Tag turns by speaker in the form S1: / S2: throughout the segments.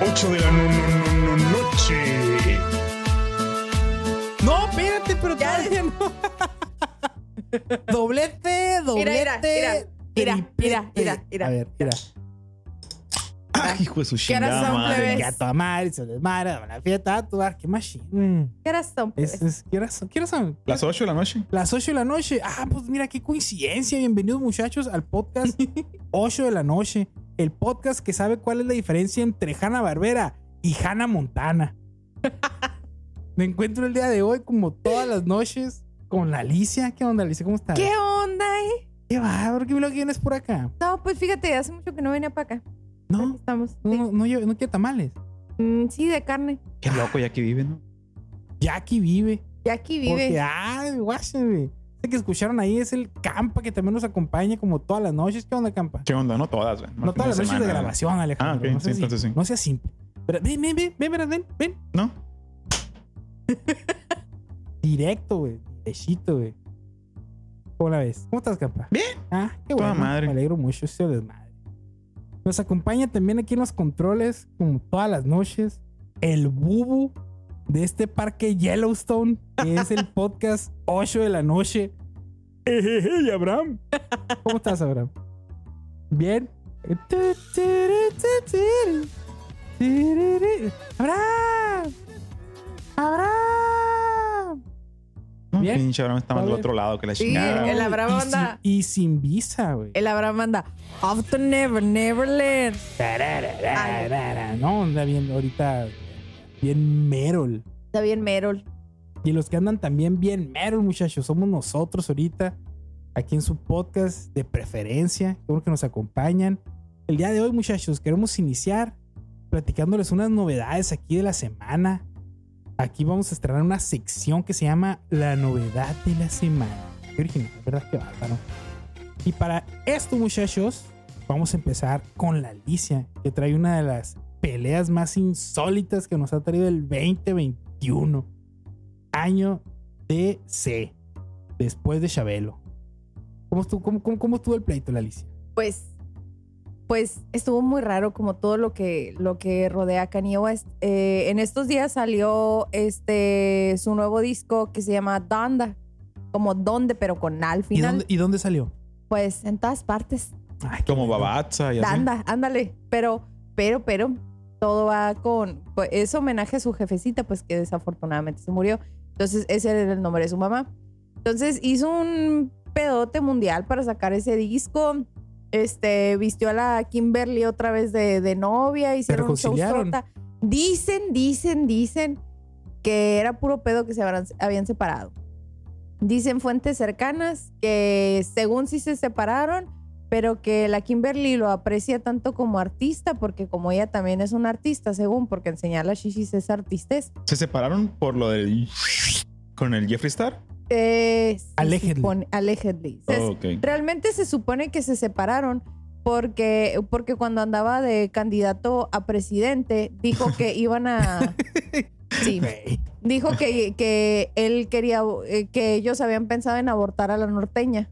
S1: 8 de la no, no, no, no, noche.
S2: No, espérate, pero
S3: Ya.
S2: todavía no. doblete, doblete.
S3: mira, mira, mira,
S2: triplete.
S3: mira, mira.
S2: A ver, mira.
S1: Ah, hijo de su
S3: ahora
S1: chingada
S3: son
S1: madre.
S3: plebes.
S2: Ya tu amar, se desmara, van a la fiesta, tu bar, qué machine. Mm.
S3: ¿Qué horas son?
S2: Es, es, ¿Qué horas son? ¿Qué horas son?
S1: ¿Las 8 de la noche?
S2: Las 8 de la noche. Ah, pues mira qué coincidencia. Bienvenidos muchachos al podcast 8 de la noche. El podcast que sabe cuál es la diferencia entre Hanna Barbera y Hannah Montana. Me encuentro el día de hoy, como todas las noches, con la Alicia. ¿Qué onda, Alicia? ¿Cómo estás?
S3: ¿Qué onda, eh?
S2: ¿Qué va? ¿Por qué me lo vienes por acá?
S3: No, pues fíjate, hace mucho que no venía para acá. Aquí
S2: No,
S3: estamos.
S2: no,
S3: Pues, Sí.
S2: no, no, lle- no quiero tamales.
S3: Mm, sí, de carne.
S1: Qué loco ya que vive, ¿no?
S2: Jackie vive.
S3: Y aquí
S2: Porque,
S3: vive.
S2: ay, guáchenme. Este que escucharon ahí es el Campa que también nos acompaña como todas las noches. ¿Qué onda, Campa?
S1: ¿Qué onda? No todas, güey.
S2: No todas las
S1: fin
S2: noches de
S1: semana,
S2: grabación, Alejandro.
S1: Ah, ok,
S2: no
S1: sí, entonces sí.
S2: No sea simple. Pero ven, ven, ven, ven, verás, ven, ven.
S1: güey. ¿No?
S2: Directo, güey. Derechito, güey. ¿Cómo la ves? ¿Cómo estás, campa?
S1: Bien.
S2: Ah, qué
S1: Toda
S2: bueno.
S1: madre.
S2: Me alegro mucho, este desmadre. Nos acompaña también aquí en los controles, como todas las noches, el bubu de este parque Yellowstone, que es el podcast 8 de la noche. Ejeje, y Abraham. ¿Cómo estás, Abraham? Bien. ¡Abraham! ¡Abraham!
S1: No,
S2: Bien.
S1: pinche Abraham está más del
S2: Vale.
S1: otro lado que la
S3: Sí,
S1: chingada.
S3: el
S1: güey.
S3: Abraham
S2: Y sin-
S3: anda-
S2: Y sin visa, güey.
S3: El Abraham manda. Off to Never, Neverland.
S2: Tararararara. No, anda bien, ahorita bien Merol.
S3: Está bien, Merol.
S2: Y los que andan también bien Merol, muchachos, somos nosotros ahorita, aquí en su podcast de preferencia, creo que nos acompañan. El día de hoy, muchachos, queremos iniciar platicándoles unas novedades aquí de la semana. Aquí vamos a estrenar una sección que se llama La novedad de la semana. Qué original, ¿verdad? Qué bárbaro. Y para esto, muchachos, vamos a empezar con la Alicia, que trae una de las peleas más insólitas que nos ha traído el 2021. Año de C, después de Chabelo. ¿Cómo estuvo, cómo, cómo- cómo estuvo el pleito, la Alicia?
S3: Pues, pues estuvo muy raro como todo lo que, lo que rodea a Kanye West. Eh, en estos días salió este su nuevo disco que se llama Donda. Como Donde, pero con al
S2: ¿Y
S3: final.
S2: dónde, ¿Y dónde salió?
S3: Pues en todas partes.
S2: Ay,
S1: Como
S2: qué bueno.
S1: Babatza y así.
S3: Anda, ándale. Pero, pero, pero, todo va con. pues, es homenaje a su jefecita, pues que desafortunadamente se murió. Entonces, ese era el nombre de su mamá. Entonces, hizo un pedote mundial para sacar ese disco. Este, vistió a la Kimberly otra vez de, de novia, hicieron un show
S2: reconciliaron?
S3: sota. Dicen, dicen, dicen que era puro pedo que se habrán- habían separado. Dicen fuentes cercanas que según sí se separaron, pero que la Kimberly lo aprecia tanto como artista, porque como ella también es una artista, según, porque enseñar las shishis es artistes.
S1: ¿Se separaron por lo del. con el Jeffree Star?
S3: Eh, se
S2: Allegedly.
S3: supone- allegedly. Se-
S1: Oh, ok.
S3: Realmente se supone que se separaron porque, porque cuando andaba de candidato a presidente, dijo que iban a... Sí,
S2: Güey.
S3: dijo que, que él quería, eh, que ellos habían pensado en abortar a la norteña,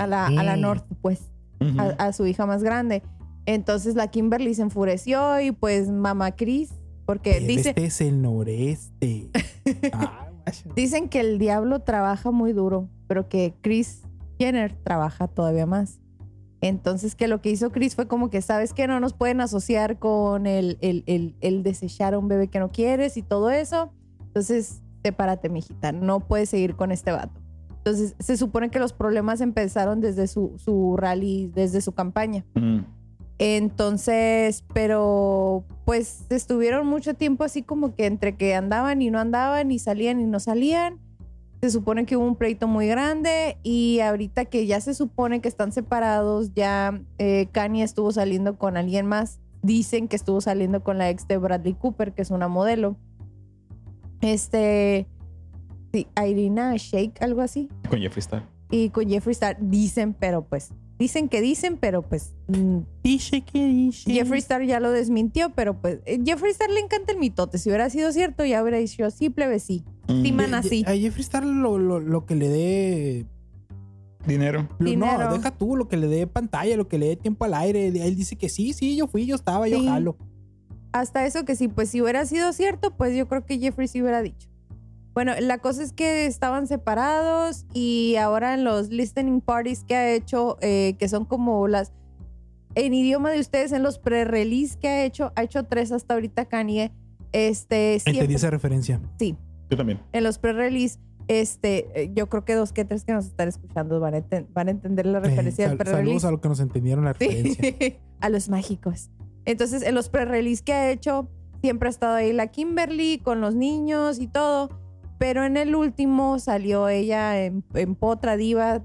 S3: a la, a la norte, pues.
S1: Ujú.
S3: a, a su hija más grande. Entonces la Kimberly se enfureció y pues mamá Cris, porque
S2: Pero
S3: dice,
S2: Este es el noreste. Ah, guacha.
S3: dicen que el diablo trabaja muy duro, pero que Chris Jenner trabaja todavía más. Entonces que lo que hizo Chris fue como que, ¿sabes que No nos pueden asociar con el, el, el, el desechar a un bebé que no quieres y todo eso. Entonces, sepárate, mijita, no puedes seguir con este vato. Entonces, se supone que los problemas empezaron desde su, su rally, desde su campaña.
S1: Mm.
S3: Entonces, pero pues estuvieron mucho tiempo así como que entre que andaban y no andaban y salían y no salían. Se supone que hubo un pleito muy grande y ahorita que ya se supone que están separados, ya eh, Kanye estuvo saliendo con alguien más. Dicen que estuvo saliendo con la ex de Bradley Cooper, que es una modelo. Este, sí, Irina Shake, algo así
S1: Con Jeffree Star.
S3: y con Jeffree Star dicen, pero pues dicen que dicen, pero pues mm,
S2: Dice que dice.
S3: Jeffree Star ya lo desmintió, pero pues eh, Jeffree Star le encanta el mitote. Si hubiera sido cierto, ya hubiera dicho sí, plebe, sí.
S1: Mm.
S3: Sí, man.
S2: Ye-
S3: así.
S2: A Jeffree Star lo, lo- lo que le dé.
S1: Dinero.
S2: lo-
S3: Dinero.
S2: no, deja tú, lo que le dé pantalla, lo que le dé tiempo al aire. Él dice que sí, sí, yo fui, yo estaba, yo
S3: Sí.
S2: jalo.
S3: hasta eso que sí, pues si hubiera sido cierto, pues yo creo que Jeffrey sí hubiera dicho. Bueno, la cosa es que estaban separados y ahora en los listening parties que ha hecho, eh, que son como las, en idioma de ustedes, en los pre-release que ha hecho, ha hecho tres hasta ahorita Kanye, este,
S2: Entendí
S3: siempre,
S2: esa referencia.
S1: Yo también.
S3: en los pre-release, este, eh, yo creo que dos que tres que nos están escuchando van a, enten- van a entender la
S2: Eh,
S3: referencia
S2: sal-
S3: del
S2: saludos
S3: pre-release.
S2: a los que nos entendieron la referencia.
S3: Sí, a los mágicos. Entonces, en los pre-release que ha hecho, siempre ha estado ahí la Kimberly con los niños y todo. Pero en el último salió ella en, en potra diva,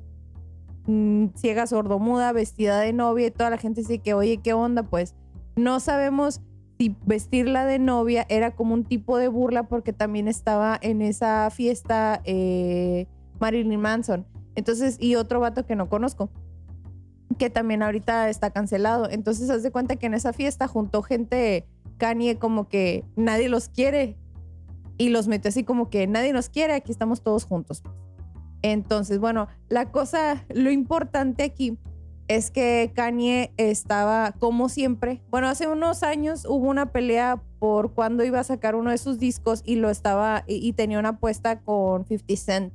S3: mm, ciega, sordomuda, vestida de novia y toda la gente dice que, oye, ¿qué onda? Pues no sabemos si vestirla de novia era como un tipo de burla porque también estaba en esa fiesta eh, Marilyn Manson. Entonces, y otro vato que no conozco que también ahorita está cancelado. Entonces, haz de cuenta que en esa fiesta juntó gente Kanye como que nadie los quiere y los metió así como que nadie nos quiere, aquí estamos todos juntos. Entonces, bueno, la cosa, lo importante aquí es que Kanye estaba como siempre. Bueno, hace unos años hubo una pelea por cuándo iba a sacar uno de sus discos y lo estaba y, y tenía una apuesta con 50 Cent.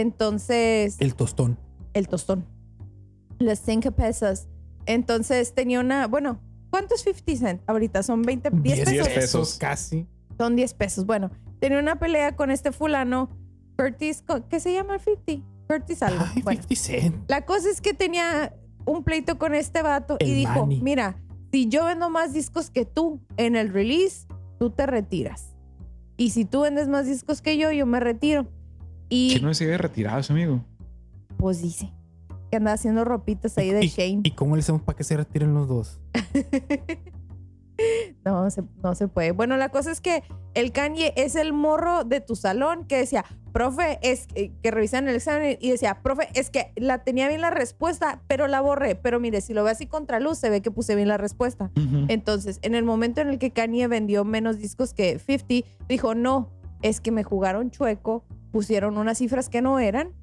S3: Entonces,
S2: El tostón.
S3: el tostón. Las 5 pesos. Entonces tenía una, bueno, ¿cuánto es 50 cent ahorita? Son 20, 10
S1: Diez
S3: pesos.
S1: pesos.
S2: Casi.
S3: Son 10 pesos. Bueno, tenía una pelea con este fulano, Curtis, co- ¿qué se llama el 50? Curtis algo.
S2: Ay,
S3: bueno,
S2: 50 cent.
S3: la cosa es que tenía un pleito con este vato y
S2: El
S3: dijo,
S2: Manny.
S3: mira, si yo vendo más discos que tú en el release, tú te retiras. Y si tú vendes más discos que yo, yo me retiro. Y
S1: ¿Quién no se había retirado ese amigo?
S3: pues dice que andaba haciendo ropitas ahí de Shane.
S2: ¿Y cómo le hacemos para que se retiren los dos?
S3: No, se- no se puede. Bueno, la cosa es que el Kanye es el morro de tu salón que decía, profe, es que, que revisan el examen y decía, profe, es que la tenía bien la respuesta, pero la borré. Pero mire, si lo ve así contra luz, se ve que puse bien la respuesta. Entonces, en el momento en el que Kanye vendió menos discos que 50, dijo, no, es que me jugaron chueco, pusieron unas cifras que no eran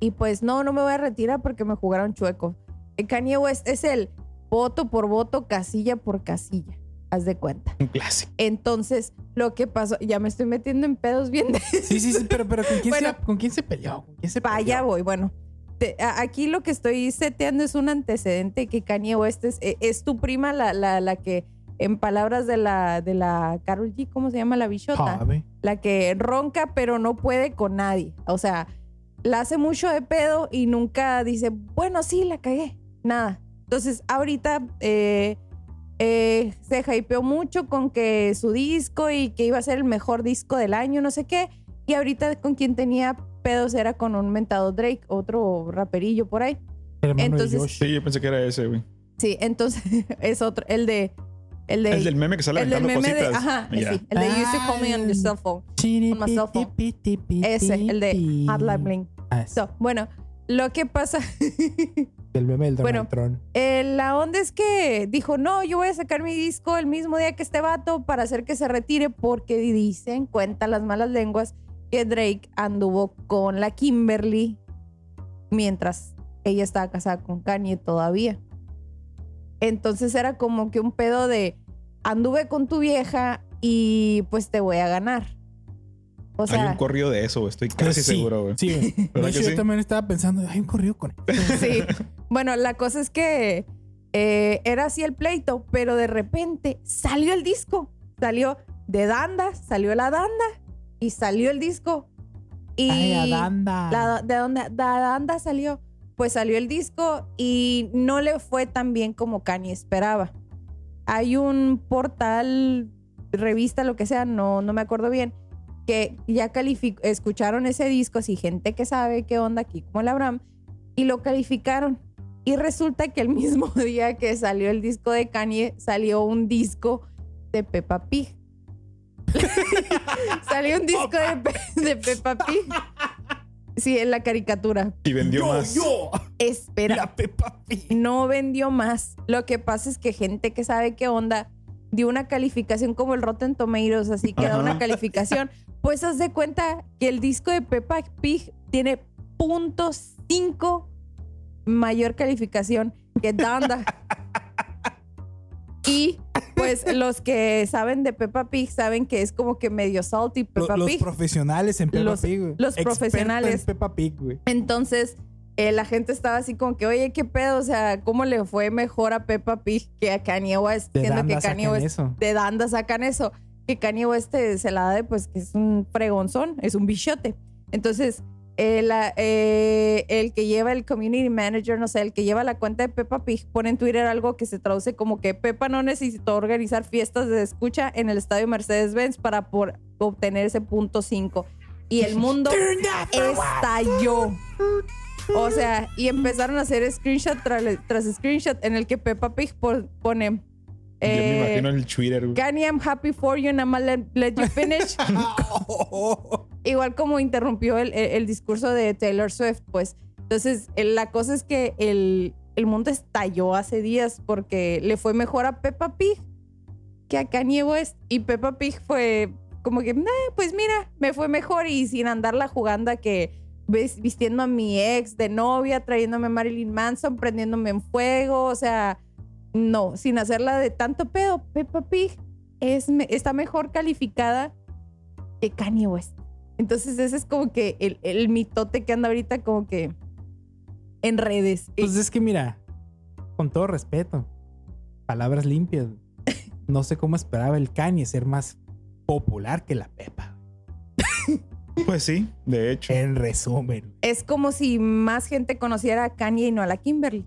S3: y pues no, no me voy a retirar porque me jugaron chueco. Eh, Kanye West es el voto por voto, casilla por casilla, haz de cuenta.
S1: Un clásico.
S3: Entonces, lo que pasó, ya me estoy metiendo en pedos bien de...
S2: Sí, sí, sí, pero, pero ¿con, quién
S3: Bueno.
S2: se, ¿con quién se peleó? ¿Con quién se
S3: Vaya
S2: peleó?
S3: voy, bueno. te- a- aquí lo que estoy seteando es un antecedente que Kanye West es, e- es tu prima, la, la, la que, en palabras de la, de la Carol G, ¿cómo se llama? La bichota.
S2: Joder.
S3: La que ronca pero no puede con nadie. O sea, la hace mucho de pedo y nunca dice, bueno, sí, la cagué. Nada. Entonces, ahorita eh, eh, se hypeó mucho con que su disco y que iba a ser el mejor disco del año, no sé qué. Y ahorita con quien tenía pedos era con un mentado Drake, otro raperillo por ahí.
S2: El hermano de
S3: Entonces-
S2: Josh.
S1: Sí, yo pensé que era ese, güey.
S3: Sí, entonces es otro, el de... El de...
S1: El del meme que sale
S3: Este, el del
S1: aventando
S3: meme de...
S1: cositas.
S3: Ajá, eh,
S1: Ya.
S3: sí, el de You Used to Call Me On Your Cell Phone. my cell phone. Ese, el de Hotline Bling.
S2: Ah, es
S3: So, bueno, lo que pasa...
S2: El meme del
S3: Bueno.
S2: Donald Trump.
S3: Eh, la onda es que dijo, no, yo voy a sacar mi disco el mismo día que este vato para hacer que se retire porque dicen, cuentan las malas lenguas, que Drake anduvo con la Kimberly mientras ella estaba casada con Kanye todavía. Entonces era como que un pedo de, anduve con tu vieja y pues te voy a ganar. O
S1: Hay un
S3: sea,
S1: corrido de eso, güey. Estoy casi
S2: Sí,
S1: seguro, güey.
S2: Sí, güey. De
S1: ¿Verdad
S2: hecho,
S1: que
S2: yo
S1: sí?
S2: también estaba pensando, hay un corrido con
S3: sí. Bueno, la cosa es que eh, era así el pleito, pero de repente salió el disco. Salió de Danda, salió la Danda y salió el disco. Y
S2: Ay, Adanda.
S3: la- de dónde de Danda salió, pues salió el disco y no le fue tan bien como Kanye esperaba. Hay un portal, revista, lo que sea, no, no me acuerdo bien, que ya calific- escucharon ese disco, así gente que sabe qué onda aquí, como el Abraham, y lo calificaron. Y resulta que el mismo día que salió el disco de Kanye, salió un disco de Peppa Pig. salió un disco de, Pe- de Peppa Pig. Sí, en la caricatura.
S1: Y vendió
S2: yo,
S1: más.
S2: yo,
S3: Espera
S2: la Peppa Pig.
S3: no vendió más. Lo que pasa es que gente que sabe qué onda dio una calificación como el Rotten Tomatoes, así que da
S1: Ajá.
S3: una calificación. Pues haz de cuenta que el disco de Peppa Pig tiene .5 mayor calificación que Danda. Y Pues los que saben de Peppa Pig saben que es como que medio salty
S2: Lo-
S3: Peppa
S2: los
S3: Pig.
S2: profesionales en Peppa
S3: Los-
S2: Pig, güey.
S3: los
S2: Experto
S3: profesionales.
S2: En Peppa Pig, güey.
S3: Entonces, eh, la gente estaba así como que, oye, qué pedo, o sea, ¿cómo le fue mejor a Peppa Pig que a Kanye West?
S2: De
S3: Siendo
S2: danda
S3: que Kanye
S2: sacan
S3: West,
S2: eso.
S3: de danda sacan eso, que Kanye West eh, se la da de, pues, que es un fregonzón, es un bichote. Entonces, eh, la- eh, el que lleva el community manager, no sé, el que lleva la cuenta de Peppa Pig, pone en Twitter algo que se traduce como que Peppa no necesitó organizar fiestas de escucha en el estadio Mercedes-Benz para por- obtener ese punto 5. Y el mundo estalló. O sea, y empezaron a hacer screenshot tras, tras screenshot en el que Peppa Pig po- pone.
S1: Yo me
S3: eh,
S1: imagino el Twitter, güey.
S3: Kanye, I'm happy for you, nada más let, let you finish. Igual como interrumpió el, el- el discurso de Taylor Swift, pues. Entonces, el- la cosa es que el, el mundo estalló hace días porque le fue mejor a Peppa Pig que a Kanye West. Y Peppa Pig fue como que, "Nah, pues mira, me fue mejor y sin andarla jugando a que ves- vistiendo a mi ex de novia, trayéndome a Marilyn Manson, prendiéndome en fuego, o sea, no, sin hacerla de tanto pedo. Peppa Pig es, me- está mejor calificada que Kanye West. Entonces ese es como que el, el mitote que anda ahorita como que en redes. Y-
S2: Pues es que mira, con todo respeto, palabras limpias. güey. No sé cómo esperaba el Kanye ser más popular que la Peppa.
S1: Pues sí, de hecho.
S2: En resumen.
S3: es como si más gente conociera a Kanye y no a la Kimberly.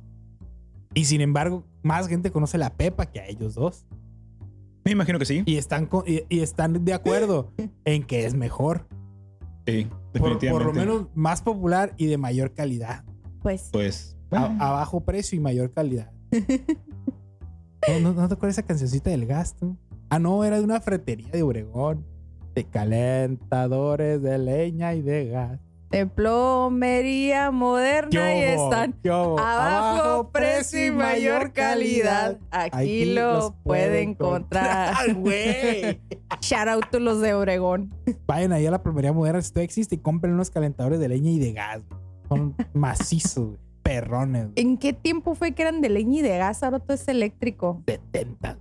S2: Y sin embargo, más gente conoce a la Peppa que a ellos dos.
S1: Me imagino que sí.
S2: Y están, co- y, y están de acuerdo en que es mejor.
S1: Sí,
S2: Por,
S1: definitivamente.
S2: por lo menos más popular y de mayor calidad.
S3: Pues
S1: Pues.
S2: A,
S1: bueno,
S2: a bajo precio y mayor calidad. No, no, ¿no te acuerdas esa cancioncita del gasto? Ah, no, era de una fretería de Obregón. De calentadores de leña y de gas.
S3: de plomería moderna
S2: ¿Qué
S3: y
S2: hubo?
S3: están
S2: ¿Qué hubo?
S3: Abajo, precio y mayor calidad. Aquí,
S2: Aquí los
S3: lo puede
S2: puede
S3: encontrar.
S2: ¡Ah, güey!
S3: Shout out to los de Obregón.
S2: Vayan ahí a la plomería moderna si todavía existe y compren unos calentadores de leña y de gas. güey. Son macizos, güey. perrones. güey.
S3: ¿En qué tiempo fue que eran de leña y de gas? Ahora todo es eléctrico.
S2: 70.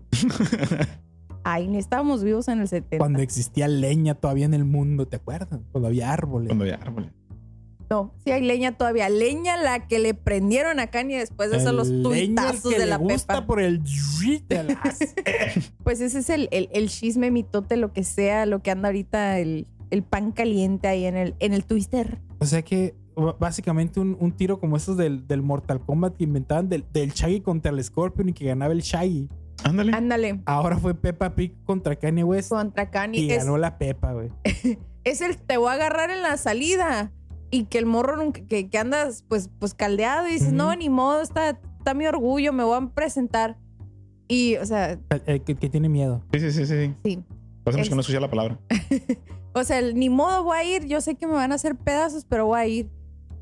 S3: Ay, ni estábamos vivos en el 70.
S2: Cuando existía leña todavía en el mundo, ¿te acuerdas? Cuando había árboles.
S1: Cuando había árboles.
S3: No, sí hay leña todavía. Leña la que le prendieron a Kanye después de hacer los
S2: El leña al
S3: tuitazos
S2: que
S3: de
S2: le
S3: la
S2: gusta pues.
S3: pepa.
S2: por el tweet de la-
S3: Pues ese es el, el- el chisme, mitote, lo que sea, lo que anda ahorita el, el pan caliente ahí en el, en el Twister.
S2: O sea que b- básicamente un, un tiro como esos del, del Mortal Kombat que inventaban del, del Shaggy contra el Scorpion y que ganaba el Shaggy.
S1: Ándale.
S3: Ándale.
S2: Ahora fue Peppa Pig contra Kanye West
S3: Contra Kanye.
S2: y
S3: Es-
S2: ganó la Peppa, güey.
S3: es el te voy a agarrar en la salida y que el morro nunca- que, que andas pues, pues caldeado y dices,
S2: Ujú.
S3: no, ni modo, está, está mi orgullo, me voy a presentar. Y, o sea,
S2: El, el que, que tiene miedo.
S1: Sí, sí, sí, sí. sí.
S3: sí.
S1: Pasa mucho
S3: Es-
S1: que no escuché la palabra.
S3: O sea, el, ni modo voy a ir, yo sé que me van a hacer pedazos, pero voy a ir.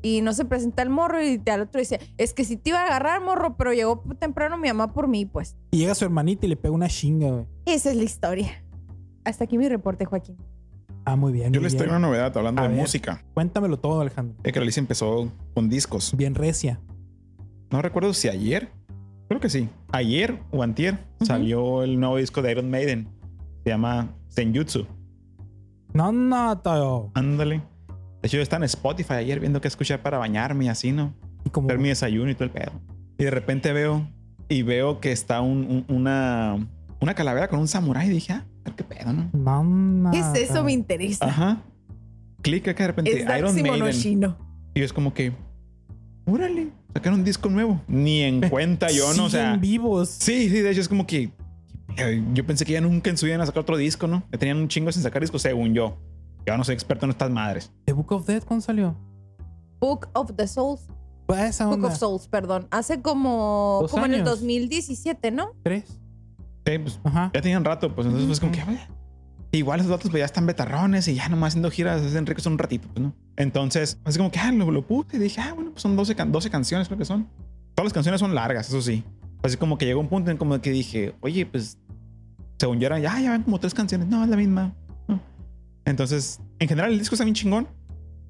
S3: Y no se presenta el morro y al otro dice, es que sí te iba a agarrar, morro, pero llegó temprano mi mamá por mí, pues.
S2: Y llega su hermanita y le pega una chinga, güey.
S3: Esa es la historia. Hasta aquí mi reporte, Joaquín.
S2: Ah, muy bien.
S1: Yo
S2: muy
S1: les
S2: bien.
S1: traigo una novedad hablando
S2: A
S1: de
S2: ver.
S1: música.
S2: Cuéntamelo todo, Alejandro.
S1: Es que la Alicia empezó con discos.
S2: Bien recia.
S1: No recuerdo si ayer, creo que sí. Ayer o antier
S3: Ujú.
S1: salió el nuevo disco de Iron Maiden. Se llama Senjutsu.
S2: No, no, Tao.
S1: Ándale. De hecho, yo estaba en Spotify ayer viendo qué escuchar para bañarme y así, ¿no?
S2: Y como
S1: Hacer mi desayuno y todo el pedo. Y de repente veo y veo que está un- un- una, una calavera con un samurái. Y dije, ah, a ver qué pedo, ¿no?
S2: No, no,
S3: ¿Qué es eso?
S2: Tao.
S3: Me
S2: Ah,
S3: interesa.
S1: Ajá. Clic acá de repente.
S3: es Dark
S1: Iron Maiden.
S3: Simonoshino.
S1: Y es como que, órale, sacaron un disco nuevo. Ni en cuenta yo, ¿no? O sea,
S2: Siguen vivos.
S1: sí, sí, de hecho es como que eh, yo pensé que ya nunca en su vida iban a sacar otro disco, ¿no? Ya tenían un chingo sin sacar discos, según yo. Yo no soy experto en estas madres.
S2: The Book of Death cuándo salió?
S3: Book of the Souls.
S2: Pues esa
S3: Book
S2: onda.
S3: of Souls, perdón. Hace como,
S2: Dos
S3: como en el
S2: años.
S3: 2017, ¿no?
S2: Tres.
S1: Eh, pues,
S2: Ajá.
S1: ya tenían rato, pues entonces fue como que, "Ah, igual esos datos pues ya están betarrones y ya nomás haciendo giras, hacen ricos un ratito, pues, ¿no? Entonces, así como que, ah, lo, lo puse y dije, ah, bueno, pues son 12, can- 12 canciones, creo que son. Todas las canciones son largas, eso sí. Así como que llegó un punto en como que dije, oye, pues, según yo era, ya, ya van como tres canciones, no, es la misma. ¿no? Entonces, en general el disco está bien chingón,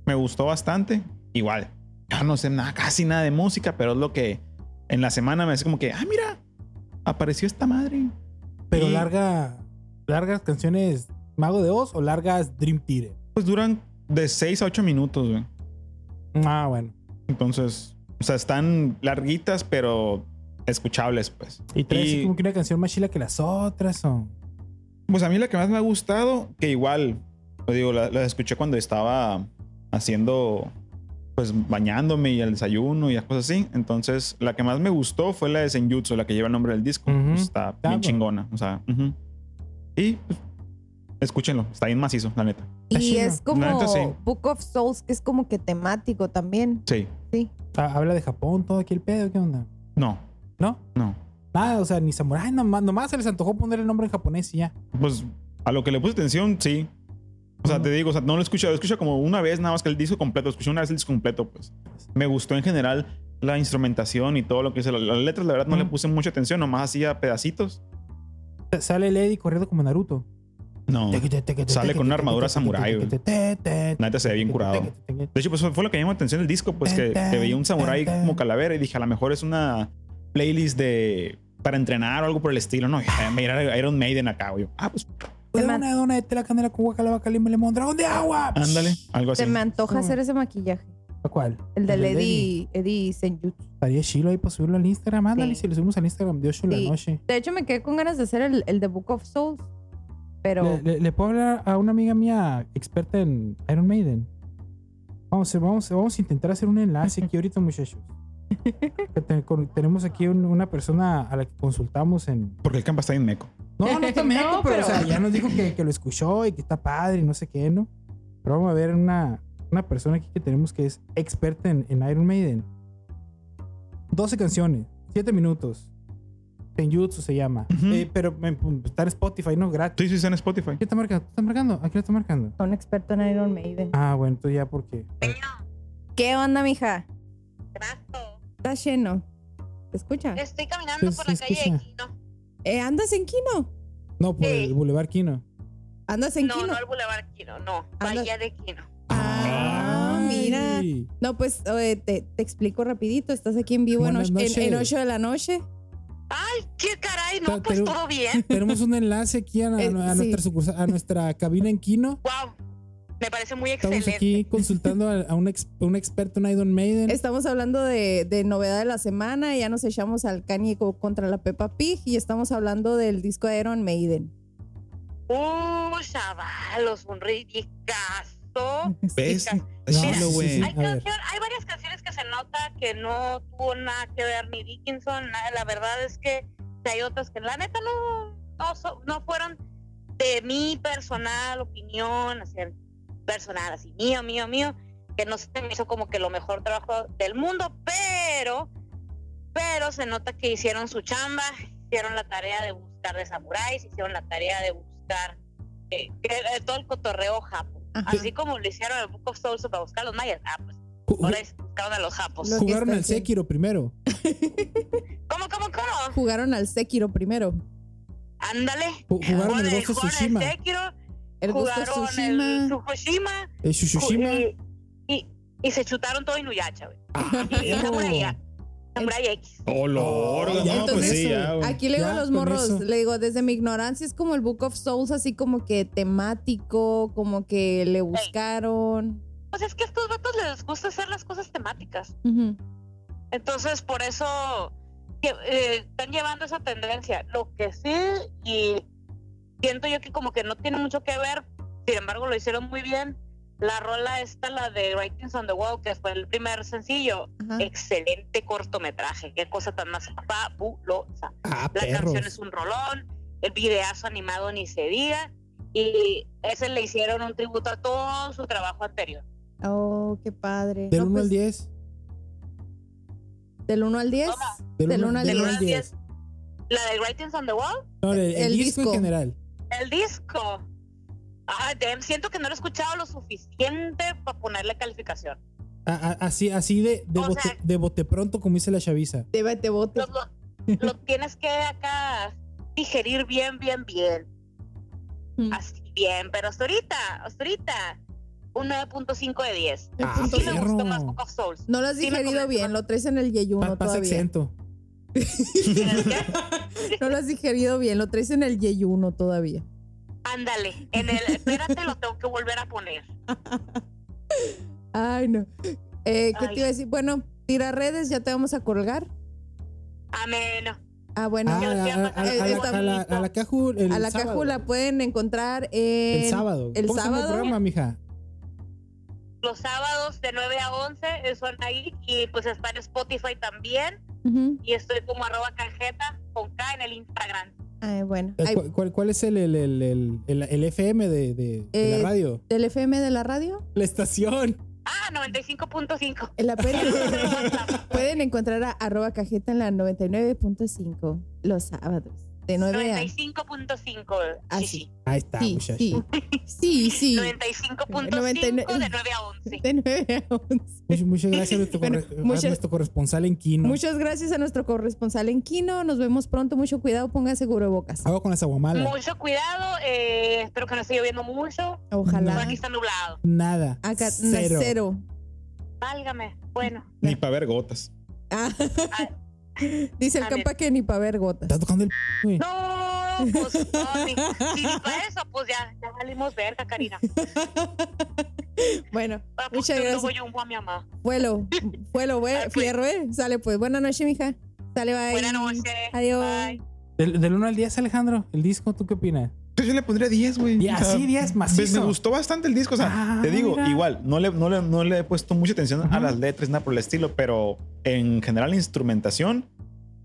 S1: me gustó bastante, igual. Yo no sé nada, casi nada de música, pero es lo que en la semana me hace como que, ah, mira, apareció esta madre
S2: Pero
S1: Y-
S2: larga, largas canciones Mago de Oz o largas Dream Theater.
S1: Pues duran de 6 a 8 minutos, güey.
S2: Ah, bueno.
S1: Entonces, o sea, están larguitas, pero escuchables, pues.
S2: Y trae así
S1: Y-
S2: como que una canción más chila que las otras. O...
S1: Pues a mí la que más me ha gustado, que igual, lo digo, la, la escuché cuando estaba haciendo, pues bañándome y el desayuno y las cosas así. Entonces, la que más me gustó fue la de Senjutsu, la que lleva el nombre del disco.
S2: Ujú.
S1: Pues, está
S2: bueno.
S1: bien chingona, o sea. ujú. Y pues, escúchenlo, está bien macizo, la neta.
S2: Está
S3: Y
S2: chido.
S3: es como
S1: La neta, sí.
S3: Book of Souls, que es como que temático también.
S1: Sí,
S3: Sí.
S2: Ah, Habla de Japón, todo aquí el pedo, ¿qué onda?
S1: no,
S2: ¿No?
S1: no.
S2: Nada, o sea, ni samurai, nomás, nomás se les antojó poner el nombre en japonés y ya.
S1: Pues a lo que le puse atención, sí. O sea,
S2: Ujú.
S1: te digo, o sea, no lo escuché, lo escuché como una vez nada más que el disco completo, escuché una vez el disco completo, pues. Me gustó en general la instrumentación y todo lo que hice. La- Las letras, la verdad, no
S2: Ujú.
S1: le puse mucha atención, nomás hacía pedacitos.
S2: Sa- Sale Lady corriendo como Naruto.
S1: No. De Mm. Sale con una armadura samurái, güey.
S2: Neta
S1: neta, se ve bien curado. De hecho, pues fue- fue lo que me llamó la atención el disco, pues que, que veía un samurái como calavera y dije, a lo mejor es una playlist de para entrenar o algo por el estilo, ¿no? Y, eh, Mira, Iron Maiden acá, güey. Ah, pues
S3: Se me-
S2: Una dona de tela canela con guacala, lima, limón, dragón de agua.
S1: ándale, algo así.
S3: Se me antoja
S2: No.
S3: hacer ese maquillaje.
S2: ¿A ¿Cuál?
S3: El de Lady, Eddie Senjutsu.
S2: Estaría chilo ahí para subirlo al Instagram. Ándale,
S3: Sí.
S2: si lo subimos al Instagram de 8 de
S3: Sí.
S2: la noche.
S3: De hecho, me quedé con ganas de hacer el, el de Book of Souls. Pero
S2: Le, le- le puedo hablar a una amiga mía experta en Iron Maiden. Vamos, a- vamos, a- vamos a intentar hacer un enlace aquí ahorita, muchachos. Que te- con- tenemos aquí un- una persona a la que consultamos en...
S1: Porque el campo está bien meco.
S2: No, no está
S3: No,
S2: meco, pero, o sea,
S3: pero-
S2: ya nos dijo que, que lo escuchó y que está padre y no sé qué, ¿no? Pero vamos a ver una, una persona aquí que tenemos que es experta en, en Iron Maiden. 12 canciones, 7 minutos. Tenjutsu se llama.
S1: Ujú.
S2: Eh, pero me- está en Spotify, ¿no? Gratis.
S1: Sí, sí, está en Spotify.
S2: ¿Qué está marcando? ¿Tú estás marcando? ¿A quién le está marcando?
S3: soy un experto en Iron Maiden.
S2: Ah, bueno, entonces ya porque.
S3: ¿Qué onda, mija?
S4: Trasto.
S3: ¿Estás lleno? ¿Te escucha?
S4: Estoy caminando
S2: Sí,
S4: por
S2: sí,
S4: la calle
S2: escucha.
S4: de Quino.
S3: Eh, ¿Andas en Quino?
S2: No, por
S4: Sí.
S2: el Boulevard Quino.
S3: ¿Andas en
S4: No,
S3: Quino?
S4: no el Boulevard Quino, no.
S3: Anda-
S4: Bahía de Quino.
S3: Ah, mira.
S2: Ay.
S3: No, pues eh, te, te explico rapidito. Estás aquí en vivo en,
S2: Buenas
S3: och- en, en
S2: noches.
S3: 8 de la noche.
S4: Ay, qué caray,
S2: Ta-
S4: no, pues
S2: pero-
S4: todo bien.
S2: Tenemos un enlace aquí a, a-
S3: Eh,
S2: a
S3: sí.
S2: nuestra sucursal- a nuestra cabina en Quino.
S4: Wow. Me parece muy
S2: Estamos
S4: excelente.
S2: aquí consultando a, a un, ex- un experto en Iron Maiden.
S3: Estamos hablando de, de novedad de la semana. Ya nos echamos al Kanye co- contra la Peppa Pig y estamos hablando del disco de Iron Maiden.
S4: Uh, chavalos, un ridicazo.
S1: ¿Ves?
S4: No,
S1: Hazlo, güey.
S2: sí, sí.
S4: Hay,
S2: A ver.
S4: canción- hay varias canciones que se nota que no tuvo nada que ver ni Dickinson. nada. La verdad es que hay otras que la neta no, no, so- no fueron de mi personal opinión, así, personal, así mío, mío, mío, que no se me hizo como que lo mejor trabajo del mundo, pero, pero se nota que hicieron su chamba, hicieron la tarea de buscar de samuráis, hicieron la tarea de buscar eh, que- eh, todo el cotorreo japo.
S3: Ajá.
S4: Así como lo hicieron en el Book of Souls para buscar a los mayas. Ah, pues
S2: Ju- ju-
S4: ahora es buscaron a los japos.
S3: Los-
S2: Jugaron
S3: Aquí
S2: al
S3: está, sí.
S2: Sekiro primero.
S4: ¿Cómo, cómo, cómo?
S3: Jugaron al Sekiro primero.
S4: Ándale.
S2: Ju- Jugaron el Ghost of
S4: jugaron el
S2: Tsushima.
S4: Sekiro,
S3: El gusto de
S4: jugaron
S3: Tsushima.
S4: el Tsukushima,
S2: El Shushushima.
S4: Y, y, y se chutaron todo Inuyasha, güey. Y
S2: perro.
S4: Samurai, X, Samurai X.
S1: Oh, lo órgano.
S2: ya, eh,
S1: No, pues
S3: entonces,
S1: sí, ya, güey.
S3: Aquí le digo
S2: Ya,
S3: a los
S2: con
S3: morros,
S2: eso.
S3: le digo, desde mi ignorancia es como el Book of Souls, así como que temático, como que le buscaron.
S4: Pues es que a estos vatos les gusta hacer las cosas temáticas.
S3: Ujú.
S4: Entonces, por eso que, eh, están llevando esa tendencia. Lo que sí, y siento yo que como que no tiene mucho que ver, sin embargo, lo hicieron muy bien. La rola esta, la de Writings on the Wall, que fue el primer sencillo,
S3: Ajá.
S4: excelente cortometraje. Qué cosa tan más fabulosa.
S2: Ah,
S4: La
S2: perros.
S4: canción es un rolón, el videazo animado ni se diga. Y ese le hicieron un tributo a todo su trabajo anterior.
S3: Oh, qué padre.
S2: Del
S3: No,
S2: 1
S3: pues,
S2: al 10.
S3: Del 1 al 10.
S4: ¿Cómo?
S3: del uno al
S4: Del
S3: diez.
S4: 1 al 10. La de Writings on the Wall,
S2: No, el, el
S3: El
S2: disco,
S3: disco.
S2: en general.
S4: el disco. Ah, damn, siento que no lo he escuchado lo suficiente para ponerle calificación.
S2: A- a- así así de, de,
S4: O
S2: bote,
S4: sea-
S2: de bote pronto, como dice la chaviza.
S3: Te va- te este bote.
S4: Lo, lo- lo tienes que acá digerir bien, bien, bien.
S3: Mm.
S4: Así bien, pero hasta ahorita, hasta ahorita, un 9.5 de 10.
S3: El
S2: Ah,
S3: punto
S4: Sí me
S2: perro.
S4: gustó más Book of Souls.
S3: No lo has
S4: Sí me
S3: digerido
S4: comento.
S3: bien, lo traes en el
S2: Pa- pasa
S3: yeyuno todavía.
S2: exento.
S3: No lo has digerido bien, lo traes en el yeyuno todavía.
S4: Ándale, en el, espérate, lo tengo que volver a poner.
S3: Ay, no. Eh, ¿Qué
S4: Ay.
S3: te iba a decir? Bueno, tira redes, ya te vamos a colgar.
S4: Amén.
S3: Ah, bueno.
S2: Ah,
S4: Yo
S2: a, a- a-
S3: eh,
S2: a la, a la- a la Caju el
S3: a la
S2: sábado.
S3: Caju la pueden encontrar
S2: El
S3: en...
S2: sábado.
S3: el
S2: ¿Cómo se llama
S3: sábado.
S2: programa, mija?
S4: Los sábados de 9 a 11 eh, son ahí y pues está en Spotify también.
S3: Ujú.
S4: Y estoy como arroba cajeta con K en el Instagram.
S3: Ay, bueno.
S2: Eh,
S3: Ay,
S2: ¿cuál- ¿Cuál, cuál es el, el, el, el- el- el FM de, de- de
S3: Eh,
S2: la radio?
S3: ¿Del FM de la radio?
S2: La estación.
S4: Ah, 95.5.
S3: La pueden, pueden encontrar a arroba cajeta en la 99.5 los sábados. De 9 a...
S4: 95.5.
S3: Ah,
S4: sí,
S3: sí.
S4: sí.
S2: Ahí está,
S3: Sí,
S2: muchacho.
S3: sí. Sí, sí.
S4: 95.5
S3: 99.
S4: de 9 a 11.
S3: De 9 a 11.
S2: Much- muchas gracias a nuestro,
S3: Bueno,
S2: corre- a
S3: muchas-
S2: nuestro corresponsal en Quino.
S3: Muchas gracias a nuestro corresponsal en Quino. Nos vemos pronto. Mucho cuidado. Ponga seguro de bocas.
S2: Agua con las aguamalas.
S4: Mucho cuidado, eh, espero que no esté lloviendo mucho.
S2: Ah,
S3: Ojalá.
S4: Por aquí está nublado.
S2: Nada.
S3: Acá,
S2: cero.
S3: cero.
S4: Válgame. Bueno,
S1: Ni para ver gotas.
S3: Ah,
S4: Ah.
S3: dice el
S4: A
S3: campa
S4: ver.
S3: que ni para ver gotas.
S2: Estás tocando el p, güey.
S4: no, pues no, ni, si ni para eso, pues ya, ya valimos verga, Karina.
S3: Bueno,
S4: Ah, pues
S3: muchas
S4: yo luego
S3: gracias.
S4: Yo a mi mamá.
S3: Vuelo, vuelo, vuelo,
S4: Ah, pues.
S3: fierro, ¿eh? Sale pues. Buenas noches, mija. Sale, bye.
S4: Buenas noches.
S3: Adiós.
S4: Bye.
S2: Del, del 1 al 10, Alejandro, el disco, ¿tú qué opinas?
S1: Yo le pondría 10, güey.
S2: Y
S1: O sea,
S2: así 10
S1: Pues me
S2: macizo.
S1: gustó bastante el disco. O sea,
S2: Ah,
S1: te digo,
S2: mira.
S1: igual, no le, no, le, no le he puesto mucha atención
S2: Ajá.
S1: a las letras, nada por el estilo, pero en general, la instrumentación,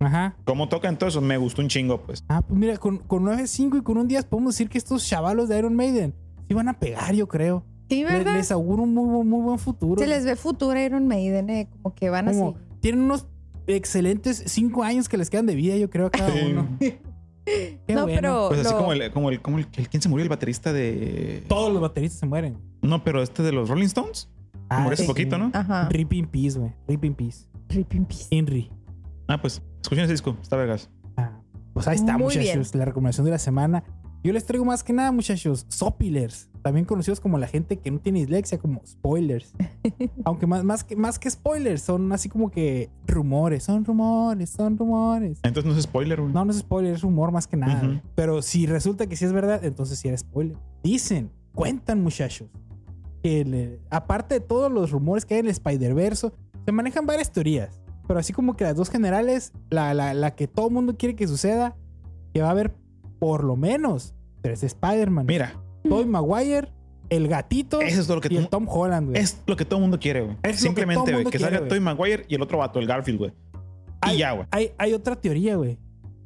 S2: Ajá.
S1: cómo tocan todo eso, me gustó un chingo, pues.
S2: Ah, pues mira, con, con 9.5 y con un 10 podemos decir que estos chavalos de Iron Maiden sí van a pegar, yo creo. Le-
S3: Sí, ¿verdad?
S2: les auguro un muy, bu- muy buen futuro.
S3: Se les ve futuro a Iron Maiden, ¿eh? Como que van
S2: Como
S3: así.
S2: tienen unos excelentes 5 años que les quedan de vida, yo creo, a cada
S1: Sí.
S2: uno. Qué
S3: no,
S2: bueno.
S3: pero.
S1: Pues así
S3: lo-
S1: como el, como el, como el, el- ¿quién se murió? El baterista de.
S2: Todos los bateristas se mueren.
S1: No, pero este de los Rolling Stones.
S2: Ah,
S1: Murió hace
S2: sí.
S1: poquito, ¿no?
S3: Ajá.
S2: Rip in peace, güey. Rip in peace.
S3: Rip in peace.
S2: Henry.
S1: Ah, pues, escuchen ese disco, está vergas.
S2: Ah, pues ahí está,
S3: Muy
S2: muchachos. La recomendación de la semana. Yo les traigo más que nada, muchachos, sopilers. También conocidos como la gente que no tiene dislexia, como spoilers. Aunque más, más, que, más que spoilers, son así como que rumores. Son rumores, son rumores.
S1: Entonces no es spoiler, güey.
S2: No, no es spoiler, es rumor más que nada.
S1: Ujú.
S2: güey. Pero si resulta que sí es verdad, entonces sí era spoiler. Dicen, cuentan muchachos, que el- aparte de todos los rumores que hay en el Spider-Verse, se manejan varias teorías. Pero así como que las dos generales, la, la- la que todo mundo quiere que suceda, que va a haber por lo menos tres Spider-Man.
S1: Mira,
S2: Tobey Maguire, el gatito
S1: eso es lo que
S2: y el
S1: tú-
S2: Tom Holland, güey.
S1: es lo que todo el mundo quiere, güey.
S2: Es lo que todo
S1: Simplemente,
S2: el
S1: güey,
S2: mundo
S1: que
S2: quiere,
S1: salga
S2: güey.
S1: Tobey Maguire y el otro vato, el Garfield, güey.
S2: Ay.
S1: Y ya, güey.
S2: Hay, hay otra teoría, güey.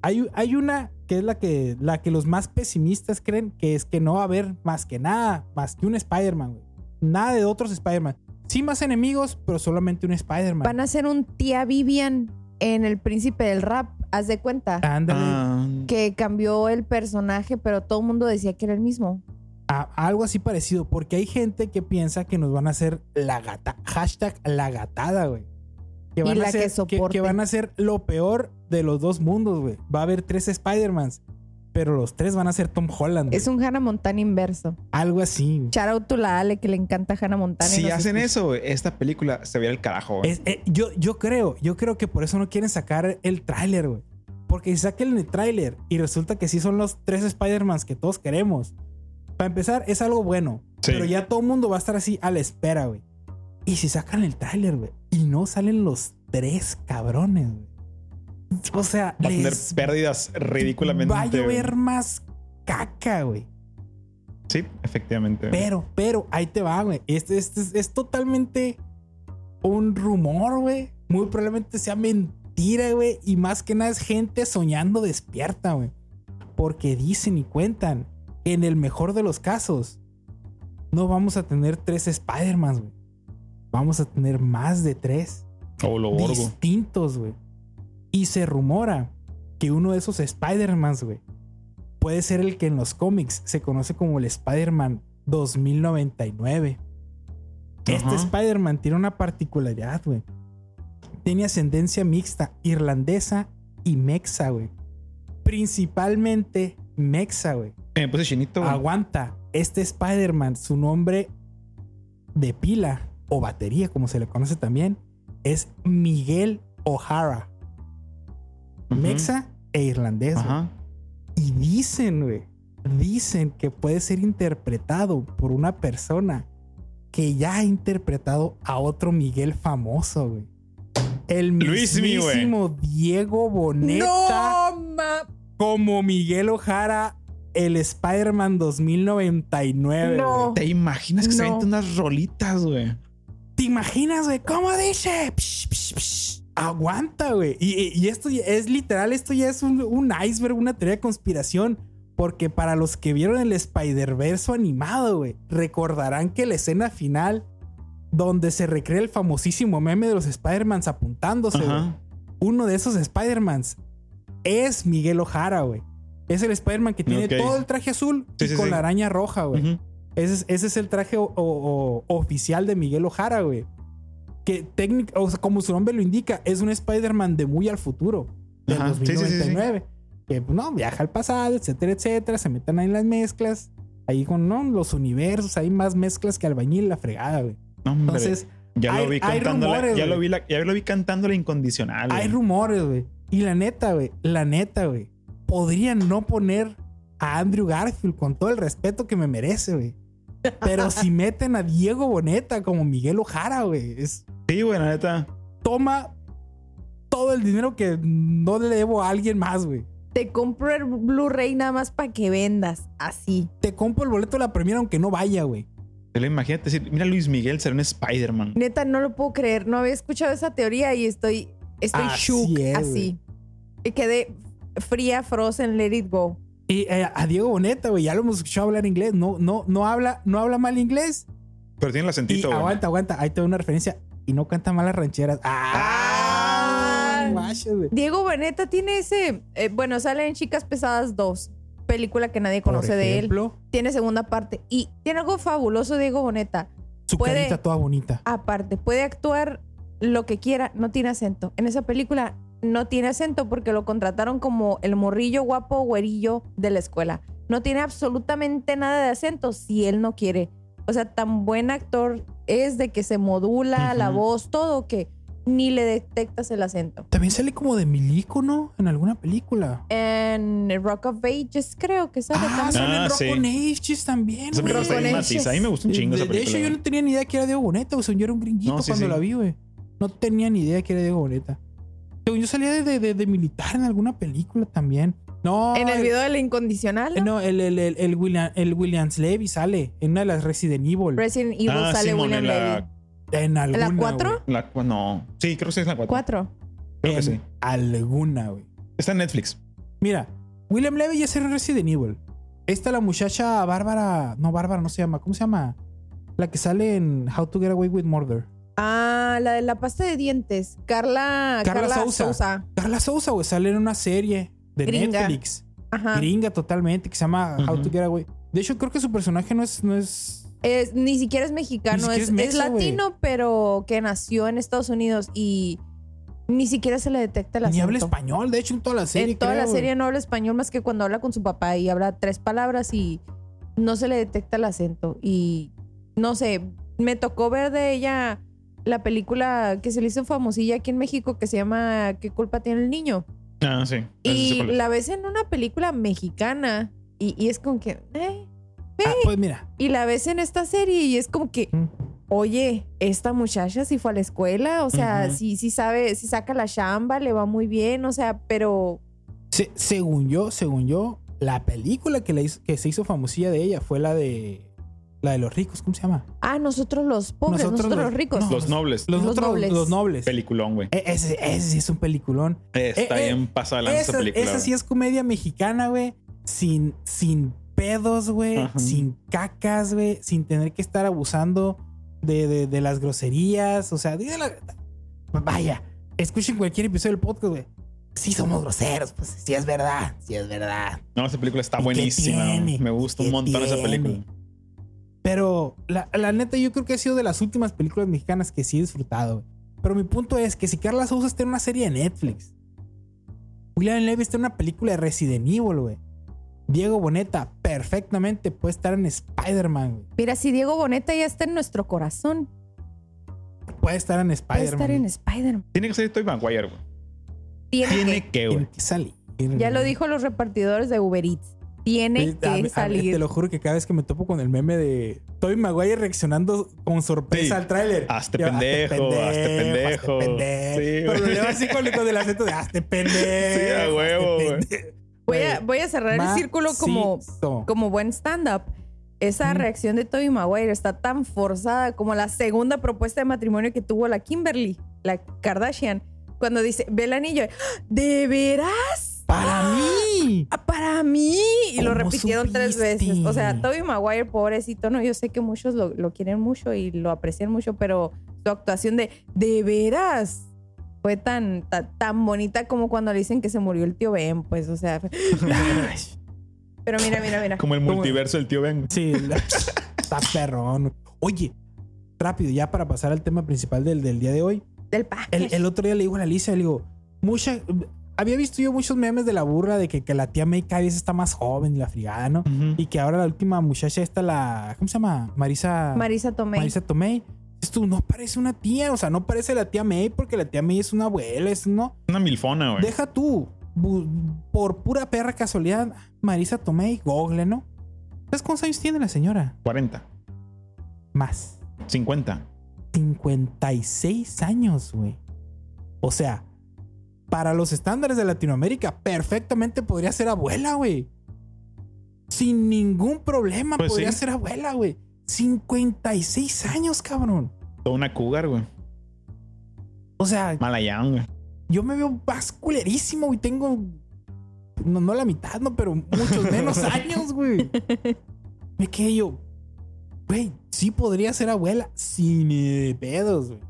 S2: Hay, hay una que es la que, la que los más pesimistas creen que es que no va a haber más que nada, más que un Spider-Man, güey. Nada de otros Spider-Man. Sí, más enemigos, pero solamente un
S3: Van
S2: Spider-Man.
S3: a hacer un tía Vivian en El Príncipe del Rap. Haz de cuenta.
S2: Ándale.
S1: Ah,
S3: Que cambió el personaje, pero todo el mundo decía que era el mismo.
S2: A- algo así parecido, porque hay gente que piensa que nos van a hacer la gata, hashtag la gatada, güey. Que
S3: Y la
S2: a
S3: que
S2: hacer,
S3: soporte.
S2: van a ser lo peor de los dos mundos, güey. Va a haber tres Spider-Mans, pero los tres van a ser Tom Holland.
S3: Es
S2: güey.
S3: un Hannah Montana inverso.
S2: Algo así. güey.
S3: Shout out to la Ale que le encanta Hannah Montana. y
S1: si
S3: nos
S1: hacen
S3: escucha.
S1: eso, güey, esta película se viera el carajo, güey.
S2: Es- eh, yo, yo creo, yo creo que por eso no quieren sacar el tráiler, güey. Porque si saquen el tráiler y resulta que sí son los tres Spider-Mans que todos queremos. Para empezar, es algo bueno.
S1: Sí.
S2: Pero ya todo el mundo va a estar así a la espera, güey. Y si sacan el tráiler, güey, y no salen los tres cabrones, güey. O sea,
S1: Va a tener
S2: les
S1: pérdidas ridículamente.
S2: va a
S1: güey.
S2: llover más caca, güey.
S1: Sí, efectivamente. güey.
S2: Pero, pero, ahí te va, güey. Este, este es, es totalmente un rumor, güey. Muy probablemente sea mentira, güey. Y más que nada es gente soñando despierta, güey. Porque dicen y cuentan, en el mejor de los casos, no vamos a tener tres Spider-Man, güey. Vamos a tener más de tres
S1: O lo borgo.
S2: distintos, güey. Y se rumora que uno de esos Spider-Mans, güey, puede ser el que en los cómics se conoce como el Spider-Man 2099. Este
S1: Ajá.
S2: Spider-Man tiene una particularidad, güey. Tiene ascendencia mixta irlandesa y mexa, güey. Principalmente mexa, güey.
S1: Me puse Eh, pues chinito, güey.
S2: Aguanta. Este Spider-Man, su nombre de pila o batería, como se le conoce también, es Miguel O'Hara.
S1: Ujú.
S2: mexa e irlandés. güey.
S1: Ajá.
S2: Y dicen, güey, dicen que puede ser interpretado por una persona que ya ha interpretado a otro Miguel famoso, güey. El
S1: Luis Mi, güey.
S2: mismísimo Diego Boneta
S3: ¡No, ma!
S2: como Miguel Ojara, el Spider-Man 2099.
S3: No.
S2: güey.
S1: ¿Te imaginas que se
S3: No.
S1: avienta unas rolitas, güey?
S2: ¿Te imaginas, güey? ¿Cómo dice? Psh, psh, psh. Aguanta, güey. Y, y- y esto ya es literal, esto ya es un, un iceberg, una teoría de conspiración. Porque para los que vieron el Spider-Verse animado, güey, recordarán que la escena final, donde se recrea el famosísimo meme de los Spider-Mans apuntándose, güey.
S1: Ajá.
S2: uno de esos Spider-Mans es Miguel Ojara, güey. Es el Spider-Man que tiene
S1: Ok.
S2: todo el traje azul
S1: Sí,
S2: y
S1: sí,
S2: con
S1: sí.
S2: la araña roja, güey.
S1: Ujú.
S2: Ese es, ese es el traje o- o- o- oficial de Miguel Ojara, güey. Que técnica, o sea, como su nombre lo indica, es un Spider-Man de muy al futuro, del
S1: Ajá, sí, sí, sí, sí.
S2: 2099. Que pues, no, viaja al pasado, etcétera, etcétera. Se meten ahí en las mezclas, ahí con ¿no? los universos, hay más mezclas que albañil, la fregada, güey.
S1: No, hombre.
S2: Entonces,
S1: ya
S2: hay-
S1: lo vi
S2: hay
S1: cantando.
S2: rumores,
S1: ya, lo
S2: güey.
S1: vi la- ya lo vi cantando la incondicional.
S2: hay
S1: güey.
S2: rumores, güey. Y la neta, güey, la neta, güey, podrían no poner a Andrew Garfield con todo el respeto que me merece, güey. Pero si meten a Diego Boneta como Miguel Ojara, güey, es
S1: Sí, güey, la neta.
S2: toma todo el dinero que no le debo a alguien más, güey.
S3: Te compro el Blu-ray nada más para que vendas. Así.
S2: Te compro el boleto de la premiera aunque no vaya, güey.
S1: Te lo imagínate decir, mira Luis Miguel será un Spider-Man.
S3: Neta, no lo puedo creer. No había escuchado esa teoría y estoy, estoy
S2: Así
S3: shook
S2: es,
S3: así. Y quedé fría, frozen, let it go.
S2: Y eh, a Diego Boneta, güey, ya lo hemos escuchado hablar inglés, no no no habla no habla mal inglés.
S1: Pero tiene el
S2: Y
S1: acentito, güey.
S2: aguanta, aguanta, ahí te doy una referencia y no canta mal las rancheras. Ah,
S3: Ah.
S2: guacho, güey.
S3: Diego Boneta tiene ese. eh, bueno, sale en Chicas Pesadas 2, película que nadie
S2: Por
S3: conoce de él.
S2: ejemplo,
S3: Tiene segunda parte. Y tiene algo fabuloso, Diego Boneta.
S2: Su
S3: Puede-
S2: carita toda bonita.
S3: Aparte, puede actuar lo que quiera, no tiene acento. En esa película no tiene acento porque lo contrataron como el morrillo guapo güerillo de la escuela. No tiene absolutamente nada de acento si él no quiere. O sea, tan buen actor es de que se modula la
S1: Ujú.
S3: voz, todo que ni le detectas el acento.
S2: También sale como de milico, ¿no? En alguna película.
S3: En Rock of Ages creo que sale
S2: Ah,
S3: también.
S2: sale en
S1: Ah,
S2: Rock
S1: sí.
S2: on Ages también,
S1: Esa película
S2: güey.
S1: está bien
S3: Con
S1: matiza.
S3: ellos.
S1: A mí me gusta un chingo
S2: De,
S1: esa
S2: de
S1: película.
S2: hecho, yo no tenía ni idea que era Diego Boneta, güey. Según Yo era un gringuito
S1: No, sí,
S2: cuando
S1: sí.
S2: la vi, güey. No tenía ni idea que era Diego Boneta. Según yo salía de, de- de- de militar en alguna película también. No.
S3: En el video del incondicional,
S2: eh,
S3: ¿no?
S2: No, el, el, el, el William, el Williams Levy sale en una de las Resident Evil.
S3: Resident Evil
S1: Ah,
S3: sale
S1: Simón,
S3: William
S1: en la-
S3: Levy.
S2: en alguna.
S3: cuatro?
S2: güey.
S1: La cu- no. Sí, creo que sí es la 4.
S3: Cuatro.
S1: Creo que
S2: En
S1: sí.
S2: Alguna, güey.
S1: Está en Netflix.
S2: Mira, William Levy ya salió en Resident Evil. Esta la muchacha Bárbara. No, Bárbara no se llama. ¿Cómo se llama? La que sale en How to Get Away with Murder.
S3: Ah, la de la pasta de dientes. Carla,
S2: Carla
S3: Carla,
S2: Souza.
S3: Sousa.
S2: Carla Sousa, güey, sale en una serie de
S3: Gringa. Ah.
S2: Netflix.
S3: Ajá.
S2: Gringa totalmente, que se llama How to
S1: Ujú.
S2: Get Away. De hecho, creo que su personaje no es. No es...
S3: Es- ni siquiera es mexicano,
S2: Ni siquiera
S3: es,
S2: es mexa,
S3: es latino, pero que nació en Estados Unidos y ni siquiera se le detecta el
S2: Ni
S3: acento.
S2: habla español, de hecho, en toda la serie.
S3: en toda
S2: creo,
S3: la
S2: güey.
S3: serie no habla español más que cuando habla con su papá y habla tres palabras y no se le detecta el acento. Y no sé, me tocó ver de ella la película que se le hizo famosilla aquí en México que se llama ¿Qué culpa tiene el niño?
S1: Ah, sí. Sí, sí,
S3: Y
S1: cuál es.
S3: la ves en una película mexicana y, y es como que... eh.
S2: Ah, pues mira.
S3: Y la ves en esta serie y es como que,
S2: Mm.
S3: oye, esta muchacha sí fue a la escuela, o sea,
S1: Ujú.
S3: sí, sí sabe, sí saca la chamba, le va muy bien, o sea, pero
S2: Se- según yo, según yo, la película que, la hizo- que se hizo famosilla de ella fue la de. La de los ricos, ¿cómo se llama?
S3: Ah, nosotros los pobres,
S2: Nosotros
S3: nosotros,
S2: los-
S3: los, ricos.
S2: no.
S1: Los nobles.
S2: Los,
S3: Los
S2: otros-
S3: nobles.
S2: Los nobles.
S1: Peliculón, güey.
S2: E- Ese, ese sí es un peliculón.
S1: Está
S2: eh,
S1: bien pasada la
S2: Esa,
S1: esa película.
S2: esa sí
S1: güey.
S2: es comedia mexicana, güey. Sin, sin pedos, güey.
S1: Ajá.
S2: Sin cacas, güey. Sin tener que estar abusando de, de- de las groserías. O sea, diga la- vaya, escuchen cualquier episodio del podcast, güey. Sí somos groseros, pues sí es verdad, sí es verdad.
S1: No, esa película está
S2: ¿Y qué
S1: buenísima. güey.
S2: tiene?
S1: Me gusta
S2: ¿Qué
S1: un montón esa película.
S2: tiene? Pero la, la neta, yo creo que ha sido de las últimas películas mexicanas que sí he disfrutado. güey. Pero mi punto es que si Carla Sousa está en una serie de Netflix, William Levy está en una película de Resident Evil, güey. Diego Boneta perfectamente puede estar en Spider-Man, güey.
S3: Mira, si Diego Boneta ya está en nuestro corazón,
S2: Puede estar en
S3: puede estar
S2: Spider-Man.
S3: en Spider-Man.
S1: Tiene que ser Toy Maguire, güey.
S3: Tiene, que.
S1: Tiene que, güey.
S2: Tiene que salir.
S3: Ya lo dijo los repartidores de Uber Eats. Tiene
S2: Oye, a mí- a
S3: que
S2: mí
S3: salir.
S2: te lo juro que cada vez que me topo con el meme de Toby Maguire reaccionando con sorpresa
S1: Sí.
S2: al tráiler.
S1: Hazte
S2: Yo,
S1: pendejo, hazte pendejo.
S2: hazte
S1: Sí,
S2: pendejo.
S1: güey.
S2: Pero lo leo así con, con el acento de hazte pendejo.
S1: Sí, a
S2: hazte
S1: huevo, güey.
S2: pendejo".
S3: Voy a, voy a cerrar el círculo como,
S2: Macizo.
S3: como buen stand-up. Esa
S2: Ujú.
S3: reacción de Toby Maguire está tan forzada como la segunda propuesta de matrimonio que tuvo la Kimberly, la Kardashian, cuando dice, ve el anillo, ¿de veras?
S2: Para mí.
S3: ¡Ah, Para mí. Y lo
S2: ¿Cómo
S3: repitieron tres
S2: supiste?
S3: veces. O sea, Toby Maguire, pobrecito, no, yo sé que muchos lo, lo quieren mucho y lo aprecian mucho, pero su actuación de, ¿de veras? Fue tan, tan, tan bonita como cuando le dicen que se murió el tío Ben, pues, o sea, fue- pero mira, mira, mira.
S1: Como el
S2: ¿Cómo?
S1: multiverso del tío Ben.
S2: Sí, la- está perrón. Oye, rápido, ya para pasar al tema principal del, del día de hoy.
S3: Del paje.
S2: El, el otro día le digo a la Alicia, le digo, mucha, había visto yo muchos memes de la burra de que, que la tía May cada vez está más joven, y la frigada, ¿no? Y que ahora la última muchacha está la, ¿cómo se llama? Marisa.
S3: Marisa Tomei.
S2: Marisa Tomei. Dices tú, no parece una tía, o sea, no parece la tía May porque la tía May es una abuela, es no.
S1: Una milfona, güey.
S2: Deja tú, bu- por pura perra casualidad, Marisa Tomei, google, ¿no? ¿Sabes cuántos años tiene la señora?
S1: 40,
S2: Más.
S1: 50.
S2: 56 años, güey. O sea, para los estándares de Latinoamérica, perfectamente podría ser abuela, güey. Sin ningún problema
S1: Pues
S2: podría
S1: sí.
S2: ser abuela, güey. 56 años, cabrón.
S1: Toda una cougar, güey.
S2: O sea,
S1: Malayán, güey.
S2: yo me veo más culerísimo y tengo. No, no la mitad, no, pero muchos menos años, güey. Me quedé yo. Güey, sí podría ser abuela sin eh, pedos, güey.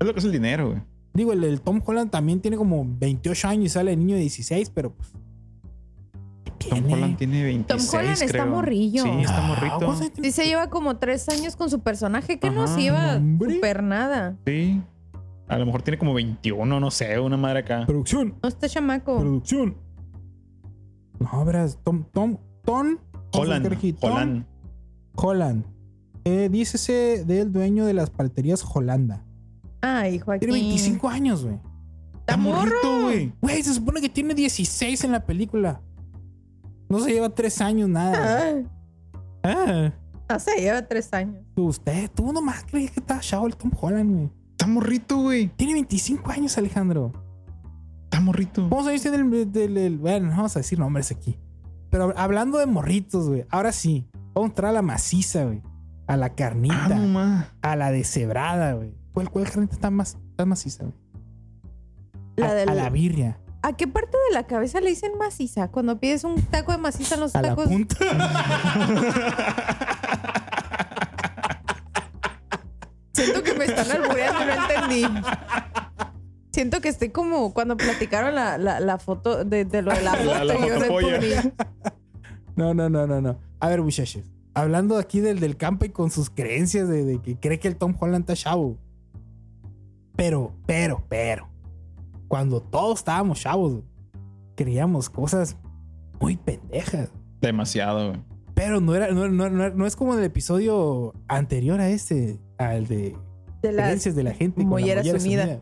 S1: Es lo que es el dinero, güey.
S2: Digo, el, el Tom Holland también tiene como 28 años y sale niño de 16, pero pues. ¿qué
S1: Tom
S2: tiene?
S1: Holland tiene 26,
S3: Tom Holland está
S1: creo.
S3: morrillo.
S1: Sí, está
S2: Ah,
S1: morrito.
S2: ¿cuántos años tiene?
S3: Sí se lleva como tres años con su personaje. que no
S1: Ajá,
S3: se lleva
S2: hombre.
S3: super nada?
S1: Sí. A lo mejor tiene como 21, no sé, una madre acá.
S2: Producción,
S3: No está chamaco.
S2: producción. No, verás, Tom, Tom, Tom. ¿cómo se llama aquí?
S1: Holland.
S2: Tom
S1: Holland.
S2: Holland. Eh, dícese del dueño de las palterías Holanda.
S3: Ay, Joaquín.
S2: Tiene 25 años, güey.
S3: Está morro.
S1: güey.
S2: Güey, se supone que tiene 16 en la película. No se lleva 3 años nada.
S3: Ah,
S2: Ah,
S3: ah, se lleva tres años.
S2: usted, tú nomás crees que estaba chavo el Tom Holland, güey.
S1: Está morrito, güey.
S2: Tiene 25 años, Alejandro.
S1: Está morrito.
S2: ¿Cómo años tiene el, del- el- Bueno, no vamos a decir nombres aquí. Pero hablando de morritos, güey. Ahora sí. Vamos a entrar a la maciza, güey. A la
S1: Ah,
S2: carnita.
S1: no más.
S2: a la deshebrada, güey. ¿Cuál, cuál carnita está más está maciza, güey? A-
S3: La del-
S2: a, la birria.
S3: ¿A qué parte de la cabeza le dicen maciza? Cuando pides un taco de maciza en los
S2: A la
S3: tacos.
S2: punta.
S3: Siento que me están albureando, no entendí. Siento que estoy como cuando platicaron la, la, la foto de, de lo de la foto.
S1: La- la
S3: yo no
S1: fotopolla.
S3: entendí.
S2: No, no, no, no, no. A ver, muchachos. Hablando aquí del, del campo y con sus creencias de, de que cree que el Tom Holland está chavo. Pero, pero, pero. Cuando todos estábamos chavos, güey, creíamos cosas muy pendejas.
S1: Demasiado, güey.
S2: Pero no, era, no, no- no- no es como en el episodio anterior a este, al de
S3: De la-
S2: creencias de la gente. con la
S3: mollera sumida.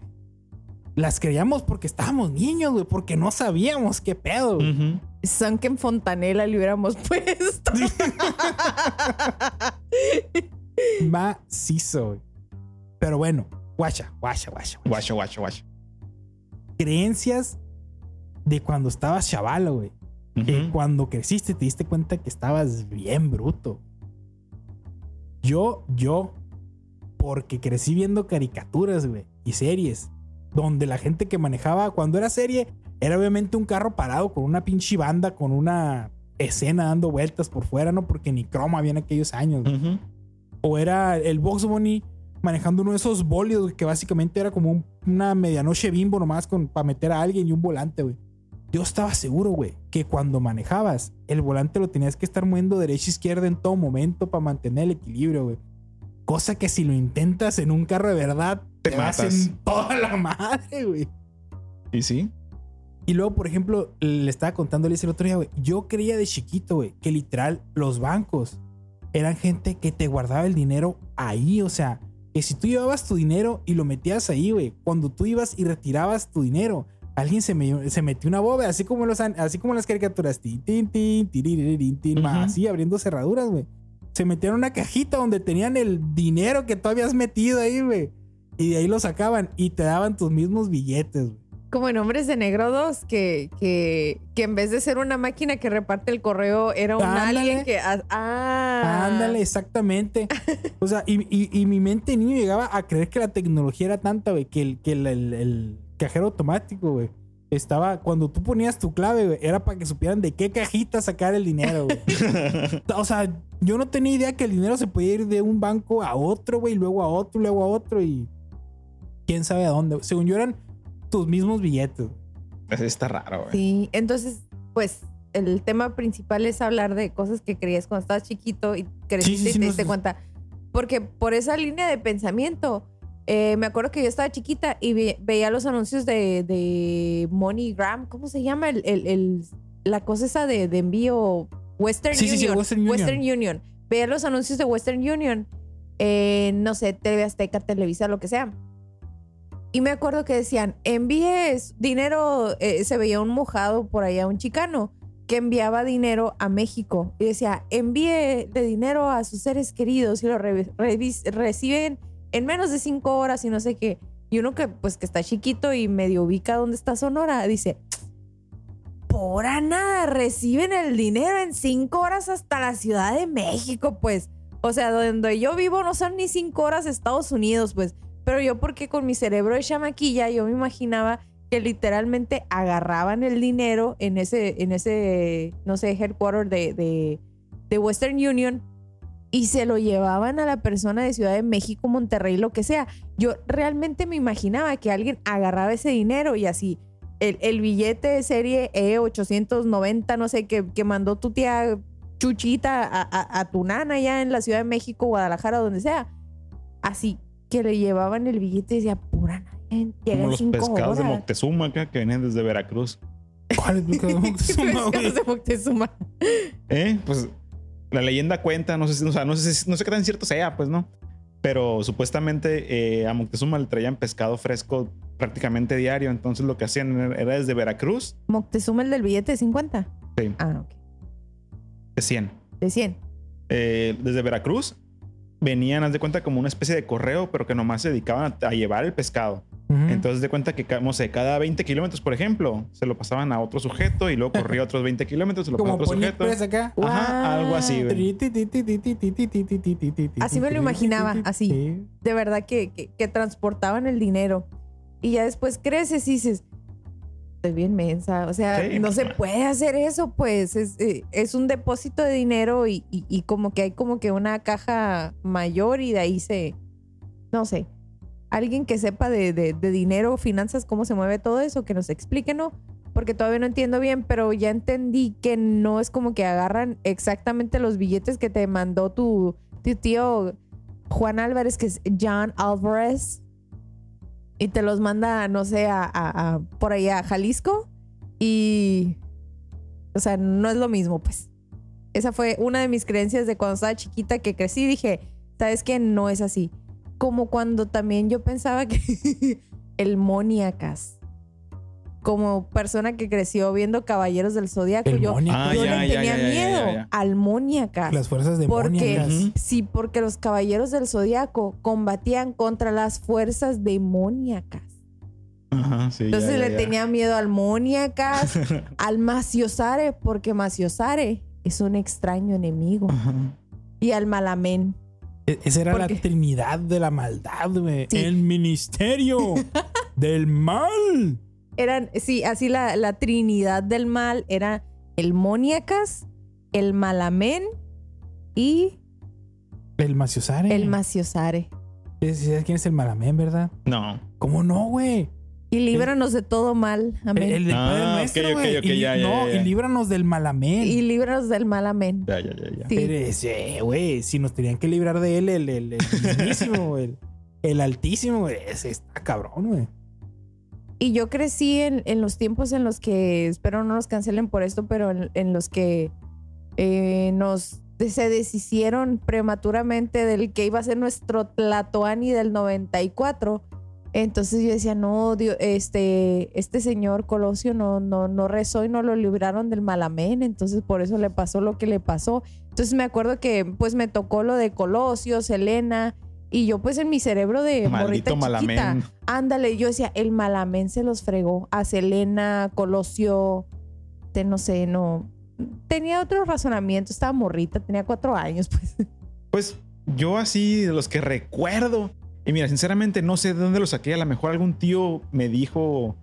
S2: Las creíamos porque estábamos niños, güey, porque no sabíamos qué pedo. güey.
S1: Ujú.
S3: Sunken Fontanela le hubiéramos puesto.
S2: Macizo, güey. Pero bueno, guacha, guacha, guacha. guacha.
S1: Guacho, guacho, guacho.
S2: Creencias de cuando estabas chavalo, güey. Que
S1: Ujú.
S2: cuando creciste te diste cuenta que estabas bien bruto. Yo, yo, porque crecí viendo caricaturas, güey, y series, donde la gente que manejaba cuando era serie era obviamente un carro parado con una pinche banda, con una escena dando vueltas por fuera, ¿no? Porque ni croma había en aquellos años. güey.
S1: Ujú.
S2: O era el Box Bunny manejando uno de esos bolios güey, que básicamente era como un- una medianoche bimbo nomás con, para meter a alguien y un volante, güey. Yo estaba seguro, güey, que cuando manejabas, el volante lo tenías que estar moviendo derecha e izquierda en todo momento para mantener el equilibrio, güey. Cosa que si lo intentas en un carro de verdad, te,
S1: Te
S2: vas
S1: matas.
S2: en toda la madre, güey.
S1: Y sí.
S2: Y luego, por ejemplo, le estaba contando a Liz el otro día, güey. Yo creía de chiquito, güey, que literal los bancos eran gente que te guardaba el dinero ahí. O sea, que si tú llevabas tu dinero y lo metías ahí, güey, cuando tú ibas y retirabas tu dinero, Alguien se, me- se metió una bóveda, así como, en los, an- así como en las caricaturas. Tin, tin, tin, tiriririn, tin, ma,
S1: Ujú.
S2: Así abriendo cerraduras, güey. Se metieron una cajita donde tenían el dinero que tú habías metido ahí, güey. Y de ahí lo sacaban y te daban tus mismos billetes, güey.
S3: Como en Hombres de Negro 2, que, que, que en vez de ser una máquina que reparte el correo, era un
S2: Ándale.
S3: alien que. ha- Ah,
S2: Ándale, exactamente. O sea, y, y- y mi mente de niño llegaba a creer que la tecnología era tanta, güey, que el, que el, el- el cajero automático, güey, estaba. Cuando tú ponías tu clave, güey, era para que supieran de qué cajita sacar el dinero, güey. O sea, yo no tenía idea que el dinero se podía ir de un banco a otro, güey, luego a otro, luego a otro y. quién sabe a dónde. güey. Según yo, eran tus mismos billetes. güey.
S1: Está raro, güey.
S3: Sí, entonces, pues el tema principal es hablar de cosas que creías cuando estabas chiquito y creciste
S2: Sí, sí, sí,
S3: y te
S2: no
S3: diste
S2: sé.
S3: cuenta. Porque por esa línea de pensamiento, eh, me acuerdo que yo estaba chiquita y ve- veía los anuncios de, de MoneyGram, ¿cómo se llama? El, el- el- la cosa esa de, de envío Western
S2: Sí, sí,
S3: Union.
S2: sí, Western Union.
S3: Western Union. Veía los anuncios de Western Union, eh, no sé, TV Azteca, Televisa, lo que sea. Y me acuerdo que decían, envíes dinero, eh, se veía un mojado por allá, un chicano, que enviaba dinero a México. Y decía, envíe de dinero a sus seres queridos y lo re- revis- reciben en menos de cinco horas y no sé qué. Y uno que pues que está chiquito y medio ubica dónde está Sonora, dice, por a nada, reciben el dinero en cinco horas hasta la Ciudad de México, pues. O sea, donde yo vivo no son ni cinco horas Estados Unidos, pues. Pero yo porque con mi cerebro de chamaquilla yo me imaginaba que literalmente agarraban el dinero en ese, en ese no sé, headquarter de, de, de Western Union y se lo llevaban a la persona de Ciudad de México, Monterrey, lo que sea. Yo realmente me imaginaba que alguien agarraba ese dinero y así. El, el billete de serie E890, no sé, que, que mandó tu tía Chuchita a, a- a tu nana allá en la Ciudad de México, Guadalajara, donde sea. Así que le llevaban el billete y decía, pura nada, llega
S1: Como
S3: en
S1: los
S3: cinco
S1: pescados de
S3: horas".
S1: Moctezuma acá, que venían desde Veracruz.
S2: ¿Cuál es lo que-
S3: Pescados
S2: güey?
S3: de Moctezuma.
S1: ¿Eh? Pues la leyenda cuenta, no sé, si- o sea, no sé, si- no sé qué tan cierto sea, pues no. Pero supuestamente eh, a Moctezuma le traían pescado fresco prácticamente diario. Entonces lo que hacían era desde Veracruz
S3: Moctezuma el del billete de 50.
S1: Sí.
S3: Ah, ok.
S1: de 100.
S3: De 100.
S1: eh, desde Veracruz venían, haz de cuenta, como una especie de correo, pero que nomás se dedicaban a, a llevar el pescado.
S2: Ujú.
S1: Entonces, de cuenta que, ca- no sé, cada 20 kilómetros, por ejemplo, se lo pasaban a otro sujeto y luego corría otros 20 kilómetros, se lo pasaba a
S2: Como
S1: otro
S2: ponía
S1: sujeto.
S2: presa acá.
S1: Ajá,
S3: Wow.
S1: algo así, güey.
S2: Así
S3: Así me lo imaginaba, así. de verdad que, que- que transportaban el dinero. Y ya después creces y dices, estoy bien mensa. O sea,
S1: Sí,
S3: no
S1: pues,
S3: se
S1: mal.
S3: puede hacer eso, pues. Es, eh, es un depósito de dinero y, y- y como que hay como que una caja mayor y de ahí se. No sé. Alguien que sepa de, de- de dinero, finanzas, cómo se mueve todo eso, que nos explique, ¿no? Porque todavía no entiendo bien, pero ya entendí que no es como que agarran exactamente los billetes que te mandó tu, tu tío Juan Álvarez, que es John Álvarez, y te los manda, no sé, a, a- a- por ahí a Jalisco. Y. O sea, no es lo mismo, pues. Esa fue una de mis creencias de cuando estaba chiquita que crecí. Dije, ¿sabes qué? No es así. Como cuando también yo pensaba que el Moniacas. Como persona que creció viendo Caballeros del Zodiaco,
S2: El
S3: yo,
S2: Mónica.
S1: Ah,
S3: yo
S1: ya,
S3: le
S1: ya,
S3: tenía
S1: ya, ya,
S3: miedo
S1: ya, ya.
S3: al Moniacas.
S2: Las fuerzas
S3: Porque
S2: demoníacas.
S1: Ujú.
S3: sí, porque los caballeros del zodiaco combatían contra las fuerzas demoníacas.
S1: Ajá, sí, ya,
S3: Entonces
S1: ya,
S3: le
S1: ya.
S3: tenía miedo al moníacas, al maciosare, porque maciosare es un extraño enemigo,
S1: Ajá.
S3: y al malamén.
S2: E- Esa era la
S3: Porque-
S2: trinidad de la maldad, güey.
S3: Sí.
S2: El ministerio del mal.
S3: Eran, sí, así la, la trinidad del mal era el moníacas, el malamén y
S2: El maciosare.
S3: el maciosare.
S2: ¿Sí sabes quién es el malamén, verdad?
S1: No.
S2: ¿Cómo no, güey?
S3: Y líbranos de todo mal,
S2: El,
S3: amén.
S2: el del
S1: Ah,
S2: Padre
S1: ok,
S2: Nuestro,
S1: ok,
S2: güey.
S1: ok,
S2: Y li-
S1: ya, ya,
S2: no,
S1: ya, ya.
S2: y líbranos del malamén.
S3: Y líbranos del malamén.
S1: Ya, ya, ya, ya.
S3: Sí.
S2: Pero ese, güey, si nos tenían que librar de él, el, el, el mismísimo, el, el altísimo, güey. Ese está cabrón, güey.
S3: Y yo crecí en, en los tiempos en los que, espero no nos cancelen por esto, pero en, en los que eh, nos de- se deshicieron prematuramente del que iba a ser nuestro Tlatoani del 94 Entonces yo decía, no, Dios, este, este señor Colosio no, no, no rezó y no lo libraron del malamén, entonces por eso le pasó lo que le pasó. Entonces me acuerdo que pues me tocó lo de Colosio, Selena, y yo pues en mi cerebro de
S1: Maldito
S3: morrita chiquita,
S1: malamén.
S3: ándale, yo decía, el malamén se los fregó a Selena, Colosio, te- no sé, no. Tenía otro razonamiento, estaba morrita, tenía cuatro años, pues.
S1: Pues yo así, de los que recuerdo. Y mira, sinceramente no sé de dónde lo saqué. A lo mejor algún tío me dijo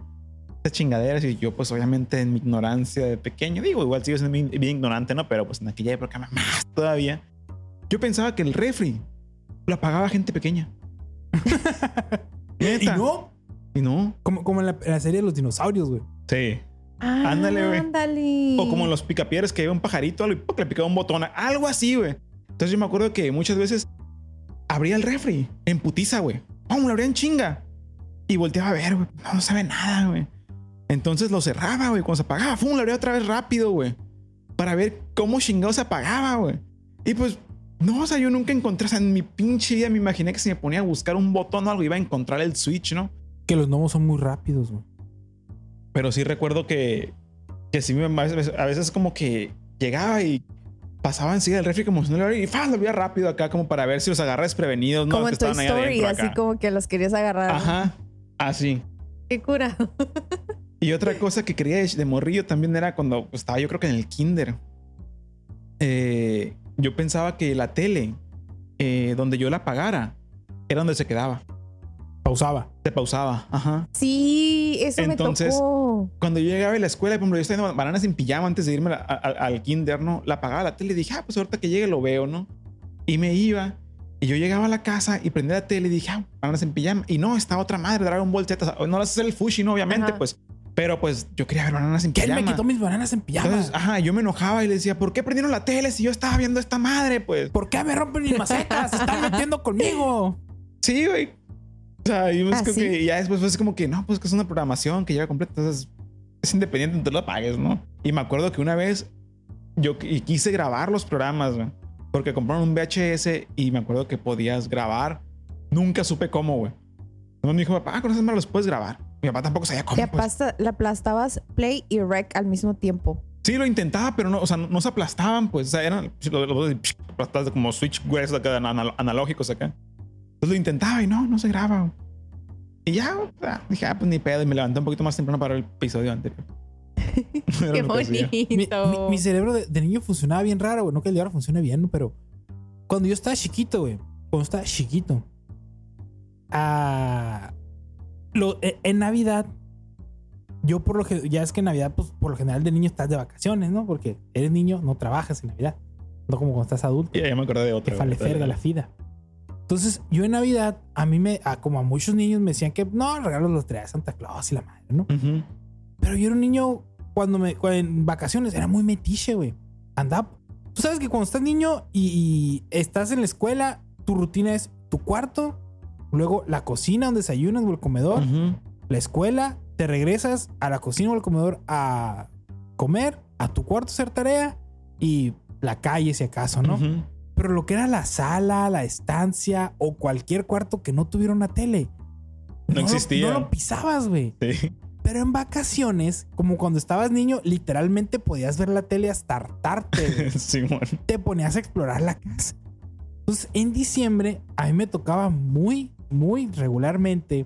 S1: estas chingaderas y yo pues obviamente en mi ignorancia de pequeño, digo, igual sigo siendo bien, bien ignorante, ¿no? Pero pues en aquella época más todavía. Yo pensaba que el refri lo pagaba gente pequeña.
S2: Y
S1: Neta.
S2: no,
S1: Y no.
S2: como, como en la, en la serie de los dinosaurios, güey.
S1: Sí. Ándale,
S3: Ándale,
S1: güey.
S3: Ándale.
S1: O como en los picapiedras que había un pajarito algo, y ¡pum! le picaba un botón, algo así, güey. Entonces yo me acuerdo que muchas veces abría el refri en putiza, güey. ¡Pum! Lo abría en chinga. Y volteaba a ver, güey. No, no sabe nada, güey. Entonces lo cerraba, güey. Cuando se apagaba, ¡pum! Lo abría otra vez rápido, güey. Para ver cómo chingado se apagaba, güey. Y pues, no, o sea, yo nunca encontré, o sea, en mi pinche vida me imaginé que si me ponía a buscar un botón o algo, iba a encontrar el switch, ¿no?
S2: Que los gnomos son muy rápidos, güey.
S1: Pero sí recuerdo que, que sí, mi mamá a veces, a veces como que llegaba y pasaba encima del refri como si no le abriera y ¡fá! lo veía rápido acá como para ver si los agarra desprevenidos, ¿no?
S3: como
S1: que
S3: en Toy
S1: estaban ahí
S3: Story,
S1: adentro,
S3: así
S1: acá.
S3: como que los querías agarrar.
S1: Ajá, así.
S3: Qué curado.
S1: Y otra cosa que quería de, de morrillo también era cuando estaba yo creo que en el kinder. Eh, yo pensaba que la tele, eh, donde yo la apagara, era donde se quedaba.
S2: Pausaba.
S1: Se pausaba, ajá.
S3: Sí, eso
S1: Entonces-
S3: me tocó.
S1: cuando yo llegaba de la escuela, por ejemplo, yo estaba viendo bananas en pijama antes de irme a- a- al kinder, ¿no? La apagaba la tele y dije, ah, pues ahorita que llegue lo veo, ¿no? Y me iba. Y yo llegaba a la casa y prendía la tele y dije, ah, bananas en pijama. Y no, está otra madre, Dragon Ball Z. O sea, no las hace el Fushi, ¿no? Obviamente,
S3: Ajá.
S1: pues. Pero pues yo quería ver bananas en
S2: ¿Quién
S1: pijama.
S2: me quitó mis bananas en pijama?
S1: Entonces, ah. ajá, yo me enojaba y le decía, ¿por qué prendieron la tele si yo estaba viendo esta madre? Pues
S2: ¿Por qué me rompen mis macetas? Se están metiendo conmigo.
S1: sí, güey. O sea, y pues,
S3: Ah,
S1: creo
S3: ¿sí?
S1: que ya después fue así como que no, pues que es una programación que lleva completa. Entonces es independiente, entonces la pagues, ¿no? Y me acuerdo que una vez yo qui- quise grabar los programas, güey, porque compraron un VHS y me acuerdo que podías grabar. Nunca supe cómo, güey. Nomás me dijo, papá, ah, con esas manos los puedes grabar. Mi papá tampoco sabía cómo.
S3: Te
S1: pues.
S3: aplasta- le aplastabas play y rec al mismo tiempo.
S1: Sí, lo intentaba, pero no, o sea, no, no se aplastaban, pues, o sea, eran los aplastadas como switch gruesos acá, anal- analógicos acá. Entonces lo intentaba y no, no se graba. Y ya, o sea, dije, ah, pues ni pedo, y me levanté un poquito más temprano para el episodio anterior. Era
S3: Qué
S1: lo que hacía.
S3: bonito.
S2: Mi, mi- mi cerebro de, de niño funcionaba bien raro, güey. No que el de ahora funcione bien, ¿no? pero cuando yo estaba chiquito, güey. Cuando estaba chiquito. ah, lo- e- en Navidad, yo por lo que. Ya es que en Navidad, pues por lo general de niño estás de vacaciones, ¿no? Porque eres niño, no trabajas en Navidad. No como cuando estás adulto.
S1: Y ya me acordé de
S2: que
S1: otro.
S2: falecer de la FIDA. Entonces, yo en Navidad, a mí me, a- como a muchos niños me decían que no, regalos los traía Santa Claus y la madre, ¿no?
S1: Ujú.
S2: Pero yo era un niño, cuando me, cu- en vacaciones, era muy metiche, güey. Andaba. Tú sabes que cuando estás niño y, y estás en la escuela, tu rutina es tu cuarto, luego la cocina donde desayunas o el comedor,
S1: Ujú.
S2: la escuela, te regresas a la cocina o al comedor a comer, a tu cuarto a hacer tarea y la calle si acaso, ¿no?
S1: Ujú.
S2: Pero lo que era la sala, la estancia o cualquier cuarto que no tuviera una tele.
S1: No
S2: lo-
S1: existía.
S2: no lo pisabas, güey.
S1: Sí.
S2: Pero en vacaciones, como cuando estabas niño, literalmente podías ver la tele hasta hartarte. güey.
S1: Simón.
S2: Te ponías a explorar la casa. Entonces, en diciembre, a mí me tocaba muy, muy regularmente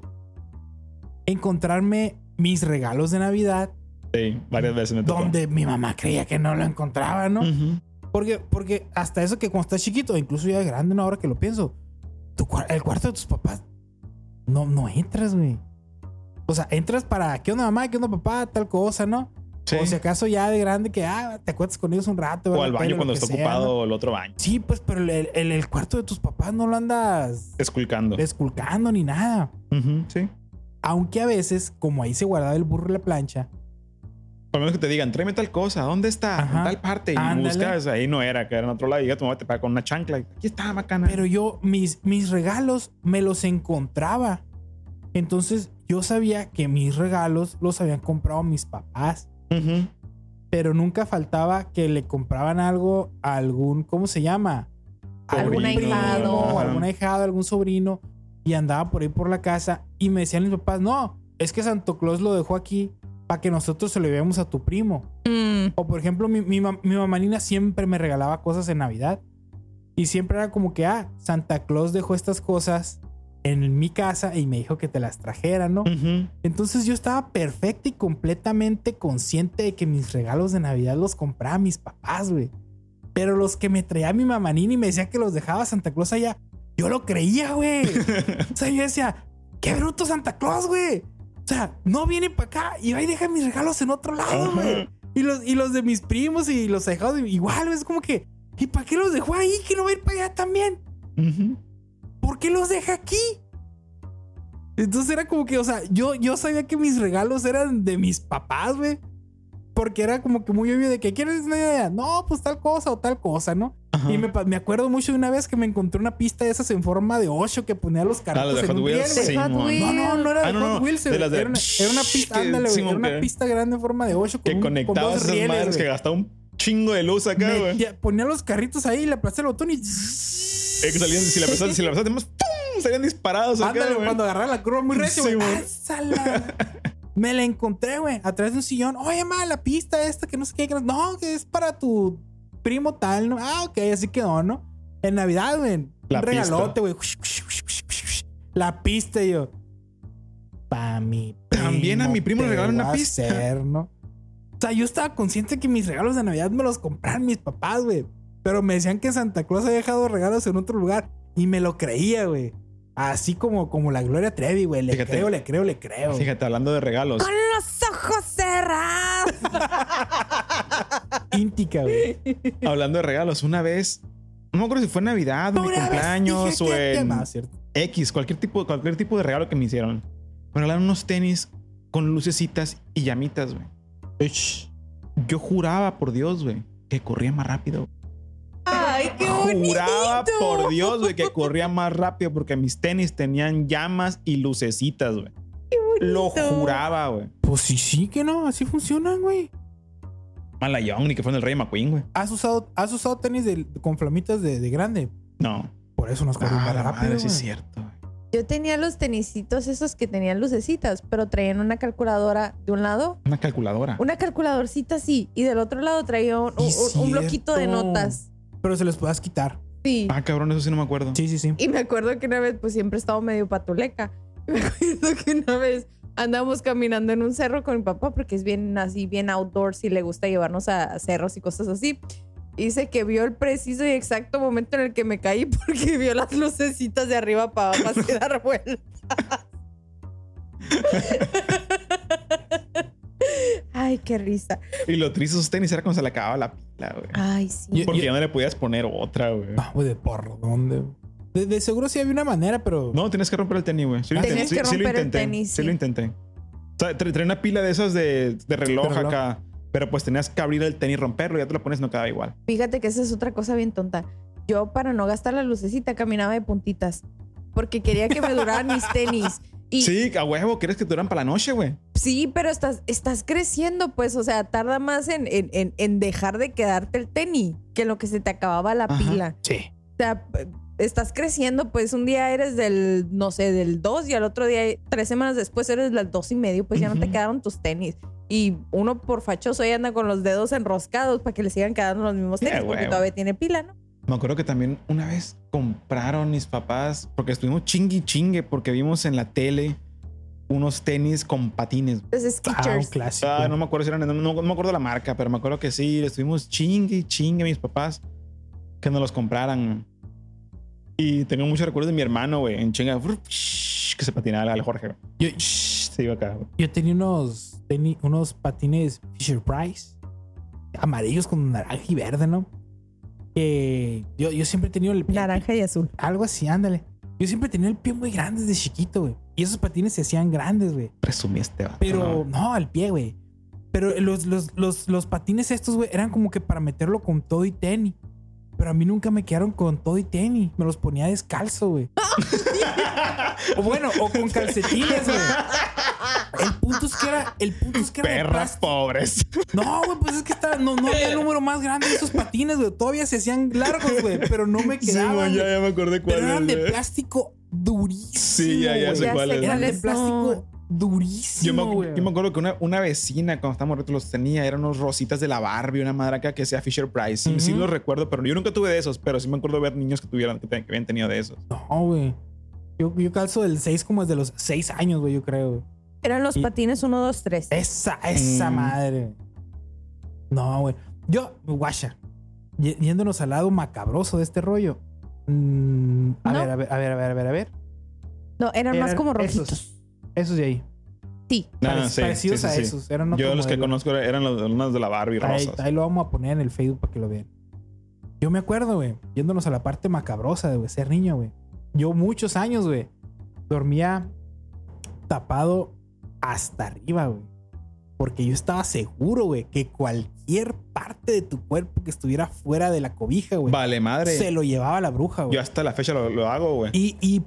S2: encontrarme mis regalos de Navidad
S1: Sí, varias veces me tocó.
S2: donde mi mamá creía que no lo encontraba, ¿no?
S1: Ujú.
S2: Porque, porque hasta eso que cuando estás chiquito, incluso ya de grande, no, ahora que lo pienso, tu cuar- el cuarto de tus papás, no, no entras, güey. O sea, entras para, ¿qué onda mamá? ¿Qué onda papá? Tal cosa, ¿no?
S1: Sí.
S2: O si acaso ya de grande que, ah, te acuestas con ellos un rato.
S1: O
S2: ver
S1: al
S2: la tele,
S1: baño
S2: lo
S1: cuando
S2: que
S1: está
S2: sea,
S1: ocupado
S2: ¿no?
S1: el otro baño.
S2: Sí, pues, pero el, el- el cuarto de tus papás no lo andas
S1: Esculcando.
S2: esculcando ni nada.
S1: Ujú, Sí.
S2: Aunque a veces, como ahí se guardaba el burro y la plancha,
S1: Por lo menos que te digan, tráeme tal cosa, ¿dónde está?
S2: Ajá.
S1: En tal parte. Y
S2: Ándale.
S1: buscas, ahí no era, que era en otro lado. Y ya tu mamá te paga con una chancla. y, Aquí está, macana.
S2: Pero yo, mis, mis regalos me los encontraba. Entonces yo sabía que mis regalos los habían comprado mis papás.
S1: Ujú.
S2: Pero nunca faltaba que le compraban algo a algún, ¿cómo se llama?
S3: Algún
S2: Algún
S3: ahijado.
S2: primo, algún ahijado, algún sobrino. Y andaba por ahí por la casa y me decían mis papás, no, es que Santo Claus lo dejó aquí para que nosotros se lo llevemos a tu primo.
S5: Mm,
S2: O por ejemplo, mi, mi, mam- mi mamá Nina siempre me regalaba cosas en Navidad. Y siempre era como que, ah, Santa Claus dejó estas cosas en mi casa y me dijo que te las trajera, ¿no?
S1: Ujú.
S2: Entonces yo estaba perfecta y completamente consciente de que mis regalos de Navidad los compraba mis papás, güey. Pero los que me traía mi mamá Nina y me decía que los dejaba Santa Claus allá, yo lo creía, güey. O sea, yo decía, qué bruto Santa Claus, güey. O sea, no viene para acá y va y deja mis regalos en otro lado, güey. Y los, y los de mis primos y los dejados de- igual, güey. Es como que, ¿y para qué los dejó ahí? Que no va a ir para allá también.
S1: Ujú.
S2: ¿Por qué los deja aquí? Entonces era como que, o sea, yo, yo sabía que mis regalos eran de mis papás, güey. Porque era como que muy obvio de que quieres una idea. No, pues tal cosa o tal cosa, ¿no?
S1: Ajá.
S2: Y me, pa- me acuerdo mucho de una vez que me encontré una pista de esas en forma de 8 que ponía los
S1: Ah, la
S2: carritos
S1: de Hot
S2: en un
S1: Wheels.
S2: riel, güey.
S1: sí,
S3: Hot
S1: mon.
S3: Wheels.
S2: No, no, no era
S1: Ah,
S2: de
S1: no,
S2: Hot
S1: no,
S2: Wheels,
S1: de
S2: güey.
S1: las de-
S2: Era una, era una
S1: que-
S2: pista, ándale, güey.
S1: Simón,
S2: Era una
S1: que-
S2: pista grande en forma de 8 con,
S1: Que
S2: un- con
S1: conectabas
S2: dos
S1: esas
S2: rieles,
S1: madres que
S2: güey.
S1: gastaba un chingo de luz acá, güey.
S2: Metía- Ponía los carritos ahí, le aplasté el botón y...
S1: Eh, que salían, si la persona, si la persona, tenemos, ¡pum! Salían disparados acá,
S2: Ándale,
S1: güey.
S2: cuando agarraba la curva muy recio,
S1: Sí,
S2: güey.
S1: güey.
S2: ¡Ah, sala! Me la encontré, güey, a través de un sillón. Oye, ma, la pista esta, que no sé qué. que no, no, que es para tu primo tal, ¿no? Ah, ok, así quedó, ¿no? En Navidad, güey. Un
S1: La
S2: regalote, güey. La pista, y yo. Pa' mi primo
S1: También a mi primo le
S2: te
S1: regalaron una
S2: voy a
S1: pista.
S2: hacer, ¿no? O sea, yo estaba consciente que mis regalos de Navidad me los compraron mis papás, güey. Pero me decían que Santa Claus había dejado regalos en otro lugar. Y me lo creía, güey. Así como, como la Gloria Trevi, güey. Le
S1: Fíjate.
S2: creo, le creo, le creo.
S1: Fíjate, hablando de regalos.
S5: Con los ojos cerrados.
S2: Íntica, güey.
S1: Hablando de regalos, una vez, no me acuerdo si fue en Navidad, o mi
S2: Una vez
S1: cumpleaños
S2: dije
S1: o
S2: que- que-
S1: en
S2: No, es cierto.
S1: X, cualquier tipo, cualquier tipo de regalo que me hicieron. Me regalaron unos tenis con lucecitas y llamitas, güey. Yo juraba por Dios, güey, que corría más rápido.
S5: Ay, qué bonito.
S1: Juraba por Dios, güey, que corría más rápido porque mis tenis tenían llamas y lucecitas, güey. Lo juraba, güey.
S2: Pues sí, sí que no. Así funcionan, güey.
S1: Malayón, ni que fue en el Rey McQueen, güey.
S2: ¿Has usado, has usado tenis de- con flamitas de, de grande.
S1: No.
S2: Por eso nos corren
S1: Ah,
S2: más
S1: la
S2: rápido.
S1: madre, sí es
S2: güey.
S1: cierto. güey.
S3: Yo tenía los tenisitos esos que tenían lucecitas, pero traían una calculadora de un lado,
S1: Una calculadora.
S3: una calculadorcita así, y del otro lado traía un,
S2: Sí,
S3: un- un bloquito de
S2: cierto.
S3: notas.
S2: Pero se los puedas quitar.
S3: Sí.
S1: Ah, cabrón, eso sí no me acuerdo.
S2: Sí, sí, sí.
S3: Y me acuerdo que una vez, pues siempre he estado medio patuleca. Me acuerdo que una vez andábamos caminando en un cerro con mi papá, porque es bien así, bien outdoors y le gusta llevarnos a, a cerros y cosas así. Y Dice que vio el preciso y exacto momento en el que me caí porque vio las lucecitas de arriba para abajo así dar vueltas. Ay, qué risa.
S1: Y lo triste de esos tenis era cuando se le acababa la pila,
S5: Ah.
S1: güey.
S3: Ay, sí.
S1: Porque ya no le podías poner otra, güey.
S2: No, güey, de por dónde. güey? De, de seguro sí había una manera, pero.
S1: No, tenías que romper el tenis, güey. Sí lo
S2: Ah,
S1: intenté.
S3: tenías
S1: Sí,
S3: que
S1: sí lo
S3: romper el
S1: intenté.
S3: tenis,
S1: Sí
S3: sí.
S1: lo intenté. O sea, tra- traía una pila de esas de, de reloj
S2: De reloj.
S1: acá. Pero pues tenías que abrir el tenis, romperlo, ya te lo pones, no quedaba igual.
S3: Fíjate que esa es otra cosa bien tonta. Yo, para no gastar la lucecita, caminaba de puntitas. Porque quería que me duraran mis tenis. Y sí,
S1: Sí, a huevo, ¿quieres que te duran para la noche, güey?
S3: pero estás, estás creciendo, pues. O sea, tarda más en, en- en- en dejar de quedarte el tenis que en lo que se te acababa la
S1: Ajá.
S3: pila.
S2: Sí. Ah,
S3: O sea, p- estás creciendo, pues un día eres del, no sé, del 2 y al otro día, tres semanas después, eres del 2 y medio, pues ya no te
S1: Ujú.
S3: quedaron tus tenis. Y uno por fachoso ahí anda con los dedos enroscados para que le sigan quedando los mismos
S1: Ya,
S3: tenis, porque
S1: huevo.
S3: todavía tiene pila, ¿no?
S1: Me acuerdo que también una vez compraron mis papás, porque estuvimos chingui chingue, porque vimos en la tele unos tenis con patines.
S3: Los
S2: Ah, un
S3: Skechers.
S2: clásico.
S1: Ah, no me acuerdo si eran, no, no- no me acuerdo la marca, pero me acuerdo que sí, estuvimos chingue y chingue mis papás que nos los compraran. Y tengo muchos recuerdos de mi hermano, güey, en chinga, fur- que se patinaba al Jorge. güey.
S2: Yo-
S1: Se iba acá, güey.
S2: Yo tenía unos, teni- unos patines Fisher Price, amarillos con naranja y verde, ¿no? Que yo, yo siempre he tenido el, el-
S3: Naranja y azul.
S2: algo así, ándale. Yo siempre he tenido el pie muy grande desde chiquito, güey. Y esos patines se hacían grandes, güey.
S1: Presumiste, este vato, ¿no?
S2: Pero no, al pie, güey. Pero los, los, los, los patines estos, güey, eran como que para meterlo con todo y tenis. Pero a mí nunca me quedaron con todo y tenis. Me los ponía descalzo, güey. o bueno, o con calcetines, güey. El punto es que era, el punto es que era de
S1: Perras
S2: plástico.
S1: pobres.
S2: No, güey, pues es que estaba, no, no había número más grande de esos patines, güey. Todavía se hacían largos, güey, pero no me
S1: Sí,
S2: quedaban.
S1: güey, ya,
S2: güey.
S1: ya me acordé cuál
S2: pero eran
S1: es,
S2: de
S1: güey.
S2: plástico durísimo.
S1: Sí, ya, ya
S2: güey.
S1: sé
S3: Ya
S1: cuál
S3: sé
S1: es.
S2: Eran de
S3: son.
S2: plástico durísimo.
S1: Yo me,
S2: güey.
S1: yo me acuerdo que una, una vecina cuando estábamos retos los tenía, eran unos rositas de la Barbie, una madraca que sea Fisher Price. Sí, sí
S2: Ujú.
S1: los recuerdo, pero yo nunca tuve de esos, pero sí me acuerdo ver niños que tuvieran, que, te- que habían tenido de esos.
S2: No, güey. Yo, yo calzo del 6 como desde los 6 años, güey, yo creo. güey.
S3: Eran los
S2: Y-
S3: patines 1, 2, 3.
S2: Esa, esa
S1: Mm.
S2: madre. No, güey. Yo, guasha. y- Yéndonos al lado macabroso de este rollo. Mm, a
S3: No.
S2: ver, a ver, a ver, a ver, a ver, a ver.
S3: No, eran, más
S2: Eran
S3: como rojitos.
S2: esos. Esos de ahí.
S3: Sí.
S1: Ah,
S2: Parec-
S1: sí,
S2: parecidos
S1: sí,
S2: a
S1: sí, sí.
S2: esos. Eran
S1: Yo
S2: otro
S1: los que
S2: modelo.
S1: conozco eran los, unos de la Barbie
S2: Ahí,
S1: rosas.
S2: ahí lo vamos a poner en el Facebook para que lo vean. Yo me acuerdo, güey, yéndonos a la parte macabrosa de güey, ser niño, güey. Yo muchos años, güey, dormía tapado hasta arriba, güey. Porque yo estaba seguro, güey, que cualquier parte de tu cuerpo que estuviera fuera de la cobija, güey,
S1: Vale, madre.
S2: se lo llevaba la bruja, güey.
S1: Yo hasta la fecha lo, lo hago, güey.
S2: Y, y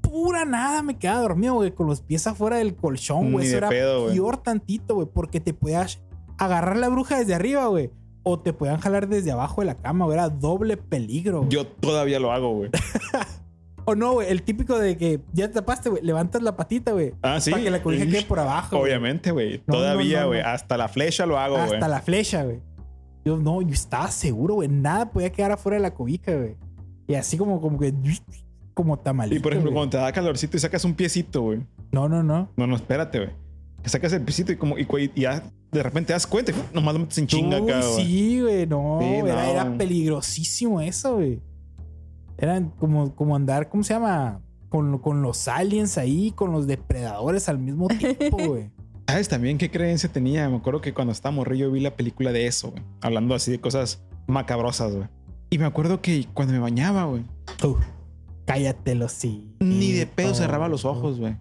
S2: pura nada me quedaba dormido, güey, con los pies afuera del colchón, güey.
S1: Ni
S2: Eso
S1: de
S2: era
S1: pedo, güey.
S2: peor tantito, güey, porque te podías agarrar la bruja desde arriba, güey. O te podían jalar desde abajo de la cama, güey. Era doble peligro, güey.
S1: Yo todavía lo hago, güey.
S2: O no, güey, el típico de que ya te tapaste, güey. Levantas la patita, güey.
S1: Ah, sí.
S2: Para que la cobija quede por abajo. güey.
S1: Obviamente, güey.
S2: No,
S1: todavía,
S2: no, no,
S1: güey.
S2: no.
S1: Hasta la flecha lo hago, güey.
S2: Hasta la flecha, güey. Yo no, yo estaba seguro, güey. Nada podía quedar afuera de la cobija, güey. Y así como, como que. Como tamalito.
S1: Y por ejemplo,
S2: güey.
S1: cuando te da calorcito y sacas un piecito, güey.
S2: No, no, no.
S1: No, no, espérate, güey. Que sacas el piecito y como y, cu- y ya de repente te das cuenta y nomás lo metes en chinga
S2: Uy,
S1: acá, güey.
S2: Sí, güey, no,
S1: Sí,
S2: era,
S1: no.
S2: era peligrosísimo eso, güey. Eran como, como andar, ¿cómo se llama? Con, con los aliens ahí, con los depredadores al mismo tiempo, güey.
S1: ¿Sabes también qué creencia tenía? Me acuerdo que cuando estaba morrillo vi la película de eso, güey. Hablando así de cosas macabrosas, güey. Y me acuerdo que cuando me bañaba, güey,
S2: Uf, cállatelo, sí.
S1: ni de pedo cerraba los ojos, güey.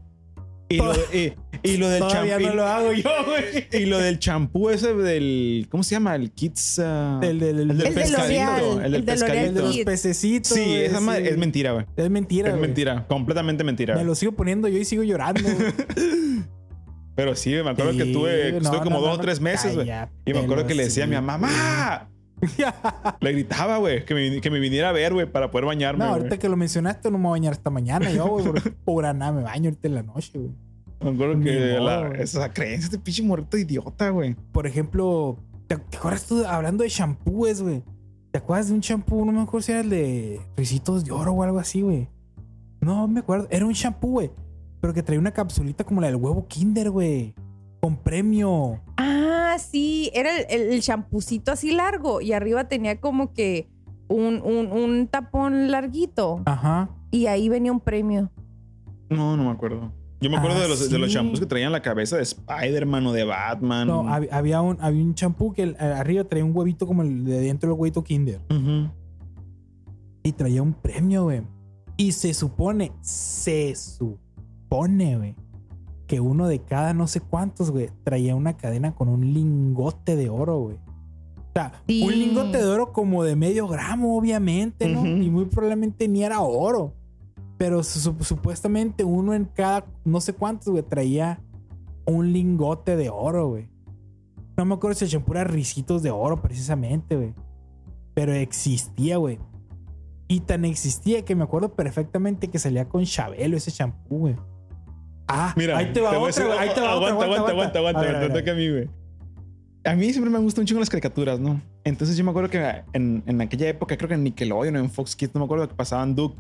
S1: Y lo, y- y lo del
S2: Todavía
S1: champú.
S2: no lo hago yo, güey.
S1: y lo del champú ese del. ¿Cómo se llama? El Kids. ah,
S2: El, del- el
S1: del
S2: del
S3: El de
S1: pescadito.
S3: L'Oreal,
S1: El del
S3: el de L'Oreal
S2: el
S1: pescadito.
S2: de los pececitos.
S1: Ah. Sí,
S2: güey,
S1: esa
S2: sí.
S1: madre es mentira, güey.
S2: Es mentira,
S1: Es
S2: güey.
S1: mentira. Completamente mentira.
S2: Me
S1: güey.
S2: lo sigo poniendo yo y sigo llorando. güey.
S1: Pero sí, me acuerdo que
S2: Sí,
S1: tuve,
S2: no,
S1: estuve como
S2: no,
S1: dos
S2: no,
S1: o tres meses, güey. Y me acuerdo que le decía a mi mamá, ¡mamá!
S2: cállatelo, sí.
S1: Le gritaba, güey, que me, que me viniera a ver, güey, para poder bañarme.
S2: No,
S1: güey.
S2: ahorita que lo mencionaste, no me voy a bañar hasta mañana. Yo, güey, por, por nada me baño ahorita en la noche, güey.
S1: Me acuerdo
S2: Ni
S1: que
S2: modo,
S1: la,
S2: güey.
S1: esa creencia de pinche morrito idiota, güey.
S2: Por ejemplo, ¿te, te acuerdas tú hablando de shampoos, güey? ¿Te acuerdas de un shampoo? No me acuerdo si era el de Ricitos de Oro o algo así, güey. No me acuerdo. Era un shampoo, güey. Pero que traía una capsulita como la del huevo Kinder, güey. Con premio.
S3: Ah, sí. Era el, el, el champucito así largo y arriba tenía como que un, un, un tapón larguito
S2: Ajá.
S3: y ahí venía un premio.
S1: No, no me acuerdo. Yo me acuerdo
S2: Ah,
S1: de, los, de los
S2: sí.
S1: champús que traían la cabeza de Spider-Man o de Batman.
S2: No, hab- había un había un shampoo que el- arriba traía un huevito como el de dentro del huevito Kinder.
S1: Ujú.
S2: Y traía un premio, güey. Y se supone, se supone, güey, que uno de cada no sé cuántos, güey, traía una cadena con un lingote de oro, güey. O sea,
S3: Sí.
S2: un lingote de oro como de medio gramo, obviamente, ¿no?
S1: Ujú.
S2: Y muy probablemente ni era oro. Pero su- supuestamente uno en cada no sé cuántos, güey, traía un lingote de oro, güey. No me acuerdo si el shampoo era risitos de oro, precisamente, güey. Pero existía, güey. Y tan existía que me acuerdo perfectamente que salía con Chabelo ese shampoo, güey. Ah,
S1: Mira,
S2: ahí te
S1: voy
S2: va
S1: a
S2: otra,
S1: decir-
S2: güey. Ahí te va
S1: aguanta,
S2: otra.
S1: Aguanta, aguanta, aguanta,
S2: A ver, a ver,
S1: me toca a mí, güey. A mí siempre me gustan un chingo las caricaturas, ¿no? Entonces yo me acuerdo que en, en aquella época, creo que en Nickelodeon o en Fox Kids, no me acuerdo que pasaban Duke.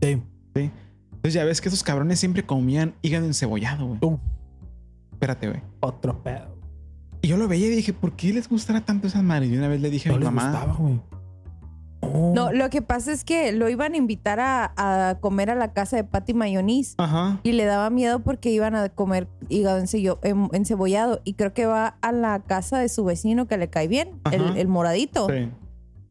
S2: Sí.
S1: Entonces ya ves que esos cabrones siempre comían hígado encebollado, güey.
S2: Uh.
S1: Espérate, güey.
S2: Otro pedo.
S1: Y yo lo veía y dije, ¿por qué les gustará tanto esas madres? Y una vez le dije a
S2: No
S1: mi
S2: les
S1: mamá.
S2: gustaba, güey. No.
S3: No, lo que pasa es que lo iban a invitar a, a comer a la casa de Patty Mayonis
S1: Ajá.
S3: y le daba miedo porque iban a comer hígado encello- em- encebollado y creo que va a la casa de su vecino que le cae bien, el,
S1: Ajá.
S3: el moradito.
S1: Sí.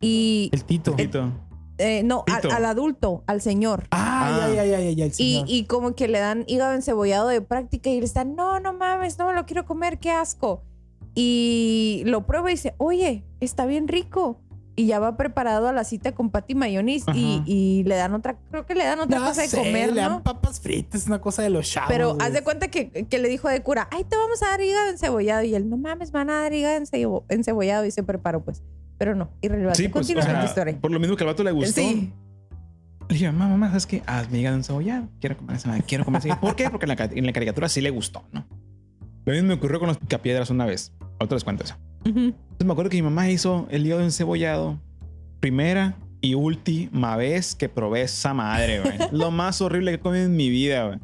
S3: Y
S2: El Tito.
S1: Poquito.
S3: eh, no, al-
S1: Pito.
S3: al adulto, al señor.
S2: Ah,
S1: Ah.
S2: ya, ya, ya, ya, ya, el
S3: Y,
S2: señor.
S3: y como que le dan hígado encebollado de práctica y le están, no, no mames, no me lo quiero comer, qué asco. Y lo prueba y dice, oye, está bien rico. Y ya va preparado a la cita con Patty Mayonis y,
S1: Ajá.
S3: y le dan otra, creo que le dan otra
S2: No
S3: cosa de
S2: sé,
S3: comer,
S2: le dan
S3: ¿no?
S2: papas fritas, una cosa de los chavos.
S3: Pero
S2: güey.
S3: haz de cuenta que, que le dijo de cura, ay, te vamos a dar hígado encebollado. Y él, no mames, van a dar hígado encebo- encebollado. Y se preparó, pues. Pero no, irrelevante.
S1: Sí, pues, o
S3: Continúa con
S1: sea,
S3: tu historia.
S1: por lo mismo que al vato le gustó.
S3: Sí.
S1: Le dije, mamá, mamá, ¿sabes qué? Hazme hígado encebollado. Quiero comer esa madre, quiero comer esa. ¿Por qué? Porque en la, ca- en la caricatura sí le gustó, ¿no? Lo mismo me ocurrió con los picapiedras una vez. Otra les cuento eso.
S3: Ujú.
S1: Entonces me acuerdo que mi mamá hizo el hígado encebollado, primera y última vez que probé esa madre, güey. Lo más horrible que he comido en mi vida, güey.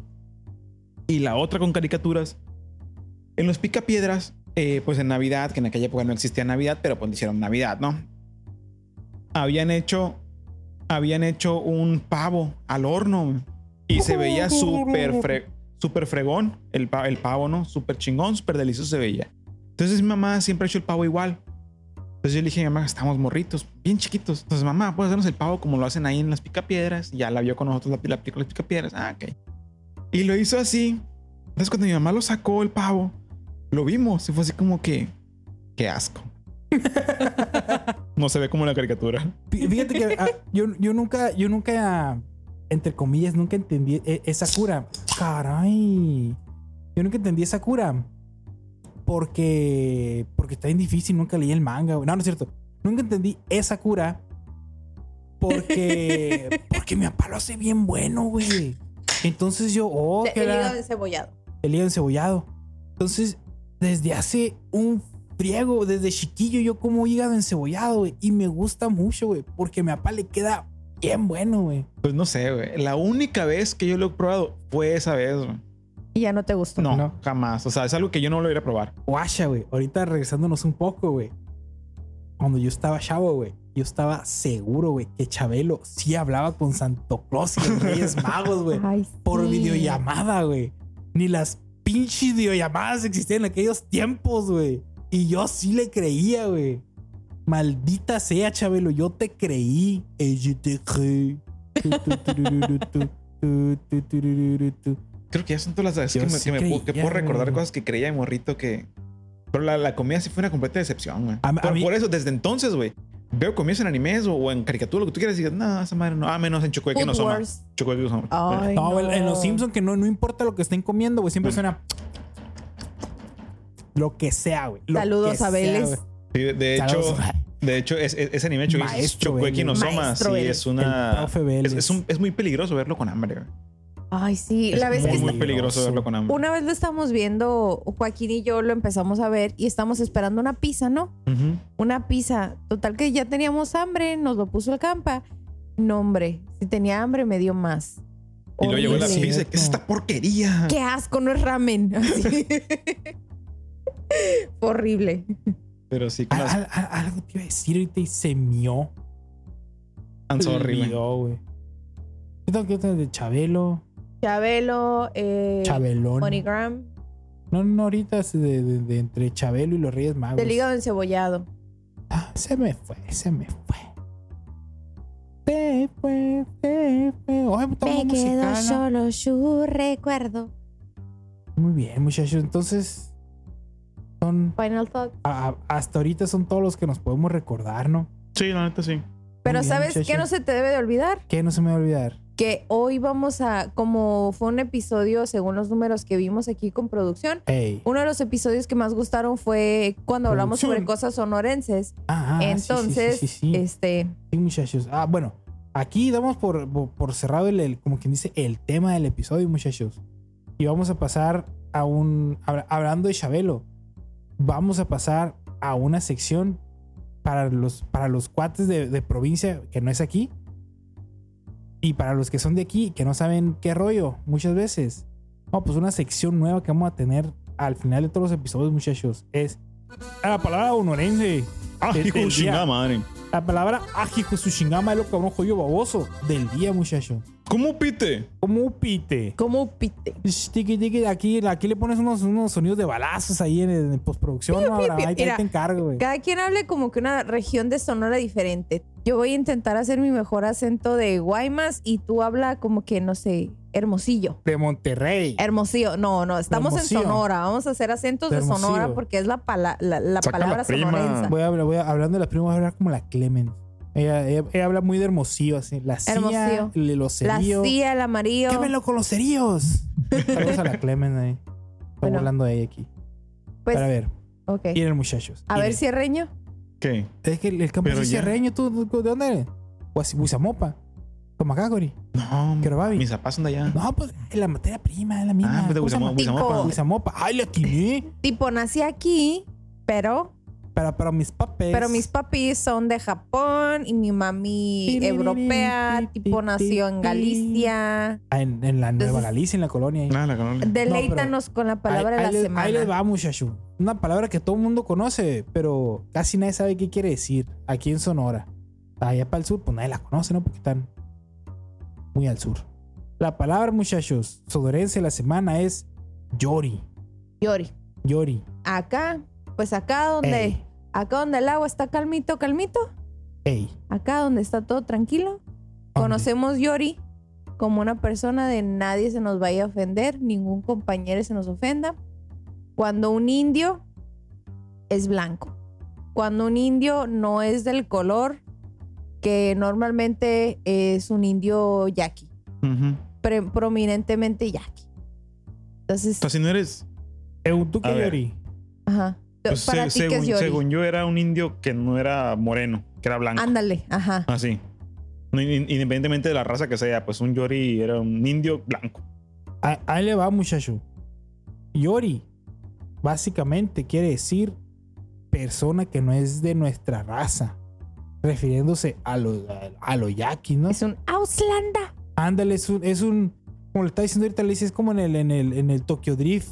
S1: Y la otra con caricaturas. En los picapiedras, eh, pues en Navidad, que en aquella época no existía Navidad, pero pues hicieron Navidad, ¿no? Habían hecho, habían hecho un pavo al horno güey. y se veía súper fre- súper fregón el, pa- el pavo, ¿no? Súper chingón, súper delicioso se veía. Entonces mi mamá siempre ha hecho el pavo igual. Entonces Pues yo le dije a mi mamá, estamos morritos, bien chiquitos. Entonces, mamá, puedes hacernos el pavo como lo hacen ahí en las picapiedras. Y Ya la vio con nosotros la, la película de las picapiedras. Ah, ok. Y lo hizo así. Entonces, cuando mi mamá lo sacó el pavo, lo vimos y fue así como que, qué asco. no se ve como en la caricatura.
S2: Fí- Fíjate que ah, yo, yo nunca, yo nunca, entre comillas, nunca entendí e- esa cura. Caray. Yo nunca entendí esa cura. Porque, porque está bien difícil, nunca leí el manga. güey. No, no es cierto. Nunca entendí esa cura. Porque, porque mi papá lo hace bien bueno, güey. Entonces yo, oh, que
S5: el
S2: era-
S5: hígado encebollado.
S2: el hígado encebollado. Entonces, desde hace un friego, desde chiquillo, yo como hígado encebollado, güey. Y me gusta mucho, güey. Porque a mi papá le queda bien bueno, güey.
S1: Pues no sé, güey. La única vez que yo lo he probado fue esa vez. güey.
S3: Y ya no te gustó.
S1: No,
S2: No.
S1: jamás. O sea, es algo que yo no lo iré a probar.
S2: Guacha, güey. Ahorita regresándonos un poco, güey. Cuando yo estaba chavo, güey. Yo estaba seguro, güey, que Chabelo sí hablaba con Santo Claus y los Reyes Magos, güey.
S3: Ay,
S2: Por
S3: sí.
S2: videollamada, güey. Ni las pinches videollamadas existían en aquellos tiempos, güey. Y yo sí le creía, güey. Maldita sea, Chabelo, yo te creí. Eh, yo te creí. Tu, tu, turururu, tu, tu, tu, turururu, tu.
S1: Creo que ya son todas las veces
S2: Yo
S1: que, me, que
S2: sí
S1: me pu- que
S2: creía,
S1: puedo recordar
S2: güey.
S1: cosas que creía de morrito que. Pero la, la comida sí fue una completa decepción, güey.
S2: A- a
S1: Por,
S2: mí-
S1: por eso, desde entonces, güey, veo comidas en animes o, o en caricatura, lo que tú quieras, y digo, no, esa madre no. Ah, menos en Chocueque que
S3: Food
S1: no soma.
S3: Wars.
S1: Chocueque no soma.
S3: Ay,
S2: No, el- en
S3: no.
S2: los Simpsons que no, no importa lo que estén comiendo, güey, siempre suena. Lo que sea, güey. lo
S3: Saludos
S2: que
S3: a
S2: sea,
S3: Vélez.
S2: güey.
S1: Sí, de, de hecho,
S2: Saludos a-
S1: de hecho, es, es- ese anime
S2: Maestro
S1: Chocueque no
S2: Vélez.
S1: soma.
S3: Maestro
S1: Sí,
S3: Vélez.
S1: es una.
S2: El profe Vélez.
S1: Es, es un- es muy peligroso verlo con hambre. güey.
S3: Ay, sí.
S1: Es
S3: La vez que
S1: muy,
S3: está-
S1: muy peligroso verlo con hambre.
S3: Una vez lo estamos viendo, Joaquín y yo lo empezamos a ver y estamos esperando una pizza, ¿no?
S1: Ujú.
S3: Una pizza. Total que ya teníamos hambre, nos lo puso el campa. No, hombre, si tenía hambre me dio más.
S1: Y luego llegó la
S3: Horrible.
S1: pizza. ¿Qué es esta porquería?
S3: Qué asco, no es ramen. Así. Horrible.
S1: Pero sí, con
S2: Al-
S1: las
S2: al- al- algo te iba a decir ahorita y se mió.
S1: tan horrible.
S2: Olvidó, güey. Yo tengo que tener de Chabelo,
S3: Chabelo, eh,
S2: Chabelón.
S3: Moneygram,
S2: No, no, ahorita es de, de- de entre Chabelo y los Reyes Magos.
S3: del hígado encebollado.
S2: Ah, se me fue, se me fue. Se fue, se fue. Oye, pues, estamos musicales.
S3: solo su recuerdo.
S2: Muy bien, muchachos. Entonces, son.
S3: Final thought.
S2: a- a- hasta ahorita son todos los que nos podemos recordar, ¿no?
S1: Sí, la neta sí.
S3: Pero
S2: bien,
S3: ¿sabes qué
S2: muchacho.
S3: no se te debe de olvidar?
S2: Que no se me va a olvidar.
S3: Que hoy vamos a, como fue un episodio, según los números que vimos aquí con producción,
S2: Ey.
S3: uno de los episodios que más gustaron fue cuando hablamos
S2: Producción.
S3: sobre cosas sonorenses.
S2: Ah, ah, sí, sí, sí,
S3: Entonces,
S2: sí, sí.
S3: este,
S2: Sí, muchachos. Ah, bueno, aquí damos por, por, por cerrado el, el- como quien dice, el tema del episodio, muchachos. Y vamos a pasar a un. hab- Hablando de Chabelo, vamos a pasar a una sección para los, para los cuates de, de provincia que no es aquí. Y para los que son de aquí, que no saben qué rollo, muchas veces. No, pues una sección nueva que vamos a tener al final de todos los episodios, muchachos. Es la palabra honorense.
S1: Ah,
S2: El-
S1: hijo de
S2: el día-
S1: chingada madre.
S2: La palabra ajico su chingama es lo cabrón jodido baboso del día, muchacho.
S1: ¿Cómo pite?
S2: Como un pite.
S3: como pite.
S2: Sh, tiqui, tiqui, Aquí, aquí le pones unos, unos sonidos de balazos ahí en, en postproducción. ¿no? Ahora,
S3: piu.
S2: ahí, te- ahí
S3: Mira.
S2: te encargo, güey.
S3: Cada quien hable como que una región de Sonora diferente. Yo voy a intentar hacer mi mejor acento de Guaymas y tú habla como que, no sé, Hermosillo.
S2: De Monterrey.
S3: Hermosillo, no, no, estamos en
S2: Hermosillo.
S3: Sonora, vamos a hacer acentos de,
S2: Hermosillo.
S3: Sonora porque es la, pala- la, la
S1: Saca
S3: palabra
S1: la prima.
S3: sonorense.
S2: Voy a, hablar- voy a- hablando de las primas, voy a hablar como la Clemen. Ella, ella- ella habla muy de hermosillo, así. La CIA,
S3: Hermosillo.
S2: le- los
S3: La
S2: cerillos.
S3: CIA, el amarillo.
S2: ¡Quémelo con los cerillos! Saludos a la Clemen ahí. Estoy
S3: Bueno.
S2: burlando de ella aquí.
S3: Pues,
S2: Para ver,
S3: ok.
S2: miren, muchachos.
S3: A
S2: miren.
S3: ver, cierreño.
S1: ¿Qué?
S2: Es que el, el campo
S1: Pero
S2: es
S1: ya.
S2: sierreño, ¿tú, tú- ¿de dónde eres? Guasi- Guizamopa. Tomagagori.
S1: No,
S2: Kerobabi.
S1: mis zapatos son de allá.
S2: No, pues la materia prima es la misma.
S1: ah, pues de
S2: ¿Cómo se llama?
S1: Guisamo- Guisamopa.
S2: Guisamopa. Ay, la tiene.
S3: Tipo, nací aquí, pero
S2: Pero, pero mis papás.
S3: Pero mis papis son de Japón y mi mami
S2: Tiririrín,
S3: europea,
S2: ti,
S3: tipo
S2: ti,
S3: nació en
S2: ti.
S3: Galicia.
S2: Ah, En, en la Nueva
S3: Entonces-
S2: Galicia, en la colonia. ahí.
S1: Nada, la colonia.
S3: Deleítanos con la palabra
S2: Ahí- ahí
S3: de la
S2: les-
S3: semana.
S2: Ahí les va, muchacho. Una palabra que todo el mundo conoce, pero casi nadie sabe qué quiere decir. Aquí en Sonora. Allá para el sur, pues nadie la conoce, ¿no? Porque están muy al sur. La palabra, muchachos, sonorense de la semana es Yori.
S3: Yori.
S2: Yori.
S3: Acá, pues acá donde,
S2: Ey.
S3: acá donde el agua está calmito, calmito,
S2: Ey.
S3: acá donde está todo tranquilo, conocemos Yori como una persona de nadie se nos vaya a ofender, ningún compañero se nos ofenda. Cuando un indio es blanco, cuando un indio no es del color que normalmente es un indio yaqui,
S2: Eh,
S1: Ujú.
S3: pre- prominentemente yaqui. Entonces,
S1: O sea, si no eres.
S2: Según tú, ¿qué
S1: A ver.
S2: Yori?
S3: ajá.
S1: pues,
S3: Para
S1: se-
S3: ti, ¿qué es
S1: según,
S3: Yori?
S1: según yo, era un indio que no era moreno, que era blanco.
S3: Ándale, ajá.
S1: Así. No, in- Independientemente de la raza que sea, pues un Yori era un indio blanco.
S2: Ah, Ahí le va, muchacho. Yori básicamente quiere decir persona que no es de nuestra raza. Refiriéndose a los a, a los yaquis, ¿no?
S3: Es un Auslanda.
S2: Ándale, es un, es un. Como le estaba diciendo ahorita, le dices como en el, en el, en el Tokyo Drift,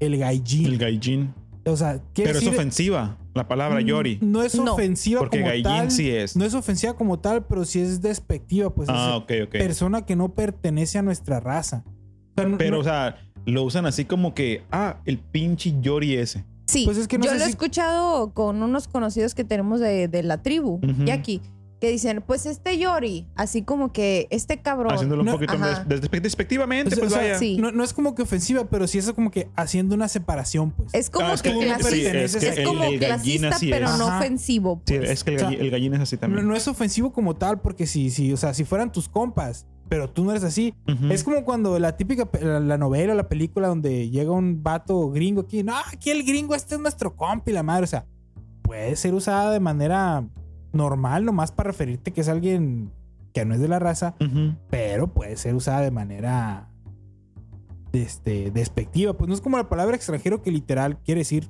S2: el gaijin.
S1: El gaijin.
S2: o sea, quiere
S1: Pero es
S2: decir-
S1: ofensiva la palabra Yori.
S2: Mm, No es
S3: No.
S2: ofensiva
S1: Porque
S2: como
S1: gaijin
S2: tal.
S1: sí es.
S2: No es ofensiva como tal, pero sí es despectiva, pues
S1: ah,
S2: es
S1: ok, ok.
S2: persona que no pertenece a nuestra raza. O sea, no-
S1: Pero,
S2: no-
S1: o sea, lo usan así como que, ah, el pinche Yori ese.
S3: Sí,
S2: Pues es que no
S3: yo
S2: sé
S3: lo he
S2: si-
S3: escuchado con unos conocidos que tenemos de, de la tribu,
S1: Ujú.
S3: Jackie, que dicen, pues este Yori, así como que este cabrón.
S1: Haciéndolo
S2: no,
S1: un poquito
S3: ajá.
S1: más des- despe- despectivamente,
S2: O sea,
S1: pues
S2: o sea,
S1: vaya.
S3: sí.
S2: no, no es como que ofensiva, pero sí es como que haciendo una separación, pues.
S3: Es como
S1: Ah, es
S3: que,
S1: que uno
S3: clasi-
S2: sí, es que
S3: es
S2: el-
S3: como
S1: el gallina
S3: clasista,
S1: sí
S3: pero
S2: es.
S3: no
S2: Ajá.
S3: ofensivo.
S1: Sí,
S3: pues.
S1: es que el,
S2: O sea,
S1: galli- el gallina es así
S2: No,
S1: también.
S2: no es ofensivo como tal, porque si, si, o sea, si fueran tus compas, pero tú no eres así.
S1: Ujú.
S2: Es como cuando la típica, pe- la, la novela o la película donde llega un vato gringo aquí, no, aquí el gringo, este es nuestro compa y la madre, o sea, puede ser usada de manera normal, nomás para referirte que es alguien que no es de la raza,
S1: Ujú.
S2: pero puede ser usada de manera este, despectiva. Pues no es como la palabra extranjero que literal quiere decir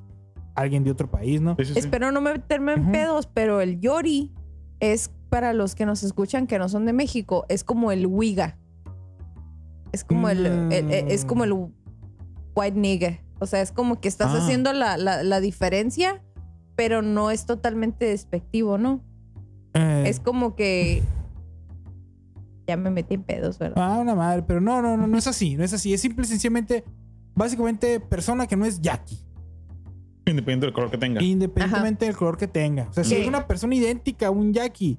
S2: alguien de otro país, ¿no?
S1: Sí, sí, sí.
S3: Espero no meterme en
S2: Ujú.
S3: pedos, pero el Yori es para los que nos escuchan que no son de México, es como el Wiga. Es como el, el- el- es como el white nigga. O sea, es como que estás
S1: Ah.
S3: haciendo la, la- la diferencia, pero no es totalmente despectivo, ¿no?
S2: Eh,
S3: Es como que ya me metí en pedos, ¿verdad?
S2: Ah, una madre, pero no, no, no, no es así, no es así. Es simple y sencillamente, básicamente, persona que no es yaqui,
S1: Independiente del color que tenga.
S2: independientemente del color que tenga. O sea, si
S3: Sí.
S2: es una persona idéntica a un yaqui,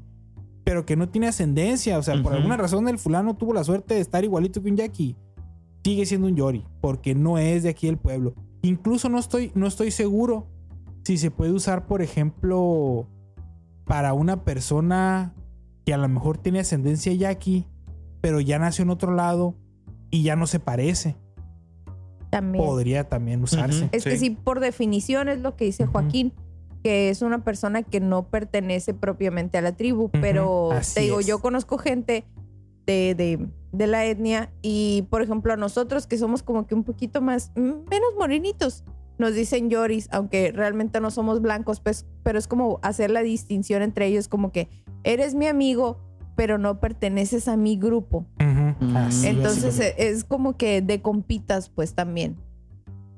S2: pero que no tiene ascendencia, o sea, por
S1: Ujú.
S2: alguna razón el fulano tuvo la suerte de estar igualito que un yaqui, sigue siendo un yori, porque no es de aquí del pueblo. Incluso no estoy, no estoy seguro si se puede usar, por ejemplo, para una persona que a lo mejor tiene ascendencia yaqui, pero ya nació en otro lado y ya no se parece.
S1: Ah,
S3: También.
S2: Podría también usarse.
S3: Es que
S1: Sí.
S3: sí, por definición es lo que dice
S2: Ujú.
S3: Joaquín, que es una persona que no pertenece propiamente a la tribu,
S2: Ujú,
S3: pero
S2: así
S3: te digo,
S2: es.
S3: yo conozco gente de, de- de la etnia y, por ejemplo, a nosotros que somos como que un poquito más, mm, menos morenitos, nos dicen lloris, aunque realmente no somos blancos, pues, pero es como hacer la distinción entre ellos, como que eres mi amigo, pero no perteneces a mi grupo.
S2: Ujú, así es.
S3: Entonces e- es como que de compitas, pues también.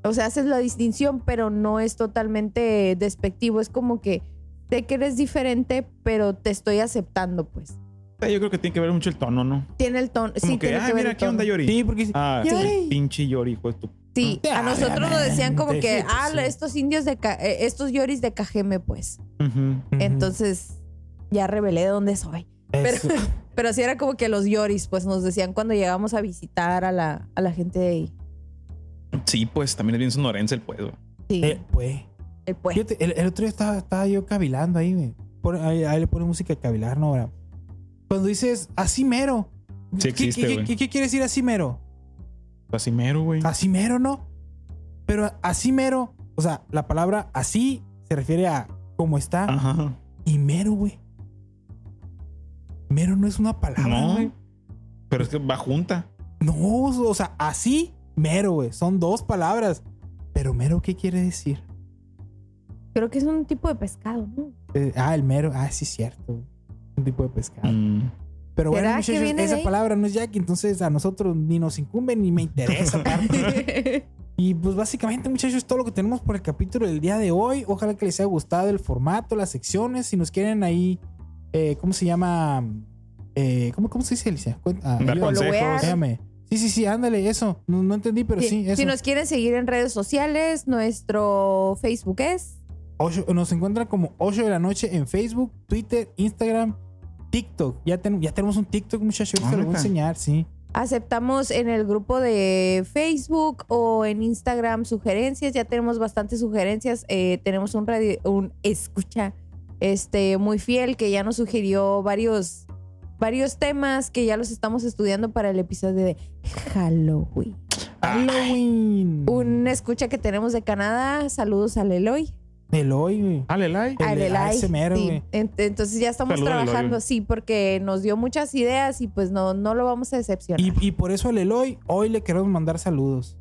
S3: O sea, haces la distinción, pero no es totalmente despectivo. Es como que sé que eres diferente, pero te estoy aceptando, pues.
S1: Yo creo que tiene que ver mucho el tono, ¿no?
S3: Tiene el tono.
S1: Como
S3: Sí,
S1: que,
S3: tiene
S1: ah,
S3: que ver
S1: mira,
S3: el
S1: ¿qué
S3: tono.
S1: onda Yori?
S2: Sí, porque...
S1: Ah,
S2: Yori.
S1: el pinche Yori, hijo de tu...
S3: Sí,
S1: Mm.
S2: Ah,
S3: a nosotros nos decían como
S2: sí,
S3: que,
S2: pues,
S3: ah,
S2: sí.
S3: estos indios de, Ca- eh, estos yoris de Cajeme, pues.
S1: Ujú.
S2: Ujú.
S3: Entonces ya revelé de dónde soy.
S2: Eso.
S3: Pero sí era como que los yoris, pues nos decían cuando llegamos a visitar a la, a la gente de ahí.
S1: Sí, pues también es bien sonorense el pueblo.
S3: Sí,
S2: Eh, pues.
S3: el pueblo.
S2: Fíjate, el, el otro día estaba, estaba yo cavilando ahí, güey. Pone- ahí, ahí le pone música de cavilar, ¿no? Ahora. Cuando dices así mero.
S1: Sí existe,
S2: ¿qué, qué,
S1: güey.
S2: qué- qué quiere decir así mero?
S1: Así mero, güey.
S2: Así mero, ¿no? Pero así mero, o sea, la palabra así se refiere a cómo está
S1: Ajá.
S2: y mero, güey. Mero no es una palabra,
S3: Ah,
S1: No.
S2: güey.
S1: Pero es que va junta.
S2: No, o sea, así, mero, güey. Son dos palabras. Pero mero, ¿qué quiere decir?
S3: Creo que es un tipo de pescado, ¿no?
S2: Eh, ah, el mero. Ah, sí, cierto. güey. Un tipo de
S3: Ah.
S2: pescado.
S1: Mm.
S2: Pero bueno,
S3: ¿Será que
S2: muchachos,
S3: viene de
S2: esa
S3: ahí?
S2: palabra no es Jack, entonces a nosotros ni nos incumbe ni me interesa. y pues básicamente, muchachos, es todo lo que tenemos por el capítulo del día de hoy. Ojalá que les haya gustado el formato, las secciones. Si nos quieren ahí, eh, ¿cómo se llama? Eh, ¿cómo, ¿Cómo se dice, Alicia? Cuen- ah,
S1: Dar
S2: ayúdame.
S1: consejos.
S2: Ayúdame. Sí, sí, sí, ándale, eso. No, no entendí, pero sí,
S3: Sí,
S2: eso.
S3: si nos quieren seguir en redes sociales, nuestro Facebook es.
S2: Ocho- nos encuentran como 8 de la noche en Facebook, Twitter, Instagram, TikTok. Ya, ten- ya tenemos un TikTok, muchachos.
S1: Ah,
S2: ahorita lo voy a
S1: neta.
S2: enseñar, sí.
S3: Aceptamos en el grupo de Facebook o en Instagram sugerencias. Ya tenemos bastantes sugerencias. Eh, tenemos un radio, un escucha este, muy fiel que ya nos sugirió varios, varios temas que ya los estamos estudiando para el episodio de Halloween. Ah.
S1: Ah.
S2: Halloween.
S3: Un escucha que tenemos de Canadá. Saludos al Eloy.
S2: El hoy, güey.
S1: Dale like.
S2: El
S3: al
S2: de
S3: Elay,
S2: ASMR,
S3: sí.
S2: güey.
S3: Ent- Entonces ya estamos
S1: Saluda al Eloy,
S3: trabajando,
S1: güey.
S3: sí, porque nos dio muchas ideas y pues no, no lo vamos a decepcionar.
S2: Y, y por eso al Eloy, hoy le queremos mandar saludos.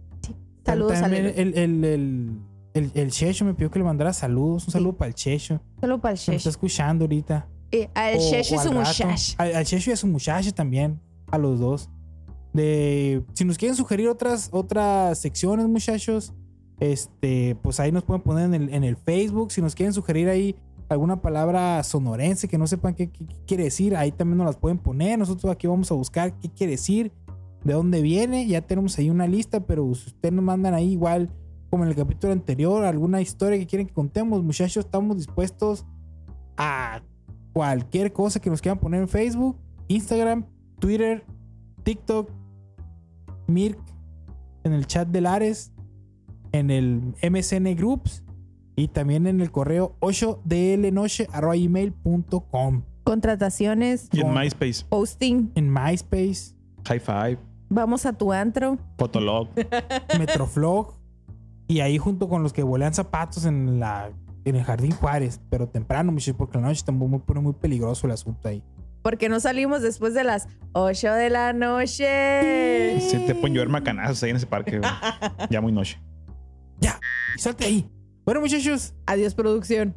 S3: Saludos al
S2: También
S3: Eloy.
S2: El, el, el, el, el Checho me pidió que le mandara saludos. Un saludo para el Checho.
S3: Solo para el
S2: Se me está
S3: Shesh.
S2: escuchando ahorita.
S3: Eh, al
S2: O-
S3: Shesh
S2: o
S3: y
S2: al
S3: su
S2: rato.
S3: muchacho.
S2: Al, al Checho y a su muchacho también. A los dos. De, si nos quieren sugerir otras, otras secciones, muchachos, este, pues ahí nos pueden poner en el, en el Facebook. Si nos quieren sugerir ahí alguna palabra sonorense que no sepan qué, qué- qué quiere decir, ahí también nos las pueden poner. Nosotros aquí vamos a buscar qué quiere decir, de dónde viene. Ya tenemos ahí una lista, pero si ustedes nos mandan ahí igual, como en el capítulo anterior, alguna historia que quieren que contemos, muchachos, estamos dispuestos a cualquier cosa que nos quieran poner en Facebook, Instagram, Twitter, TikTok, Mirk, en el chat de Lares, en el MSN Groups y también en el correo 8dlnoche.com.
S3: Contrataciones,
S1: Y en MySpace.
S3: posting.
S2: En MySpace,
S1: High five.
S3: Vamos a tu antro.
S1: Fotolog.
S2: Metroflog y ahí junto con los que volean zapatos en la en el Jardín Juárez, pero temprano, muchachos, porque la noche también muy, pone muy peligroso el asunto ahí.
S3: Porque no salimos después de las 8 de la noche.
S1: Se te pueden llover macanazos ahí en ese parque. güey. Ya muy noche.
S2: Y salte ahí. Bueno, muchachos,
S3: Adiós, producción.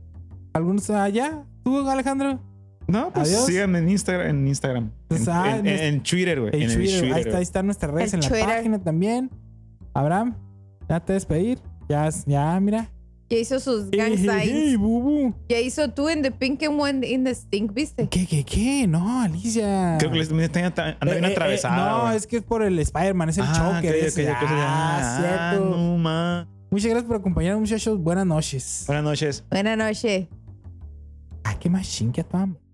S2: ¿algunos allá? ¿Tú, Alejandro?
S1: No, pues
S2: Adiós.
S1: síganme en Instagram. En Instagram.
S2: Pues,
S1: En,
S2: ah,
S1: en-
S2: en-
S1: en Twitter, güey.
S2: El
S1: En el
S2: Twitter,
S1: Twitter,
S2: ahí, está, ahí
S1: güey.
S2: están nuestras redes
S3: El
S2: en la
S3: Twitter.
S2: página también. Abraham, ya te despedir. Ya, ya, mira.
S3: Ya hizo sus gang
S2: Ey, ey, ey,
S3: signs.
S2: bubu.
S3: Ya hizo tú en The Pink and One in the Stink, ¿viste?
S2: ¿Qué, qué, qué? No, Alicia.
S1: Creo que les también está- anda
S2: Eh,
S1: bien
S2: eh, eh,
S1: atravesada.
S2: no,
S1: güey.
S2: es que es por el Spider-Man, es el
S1: Ah,
S2: choker.
S1: ok, ok,
S2: ese.
S1: ok, ok.
S2: Ah,
S1: Ah,
S2: cierto.
S1: no, ma.
S2: Muchas gracias por acompañarnos, muchachos. Buenas noches.
S1: Buenas noches.
S3: Buenas noches.
S2: Ah, qué más chingue a tu ama.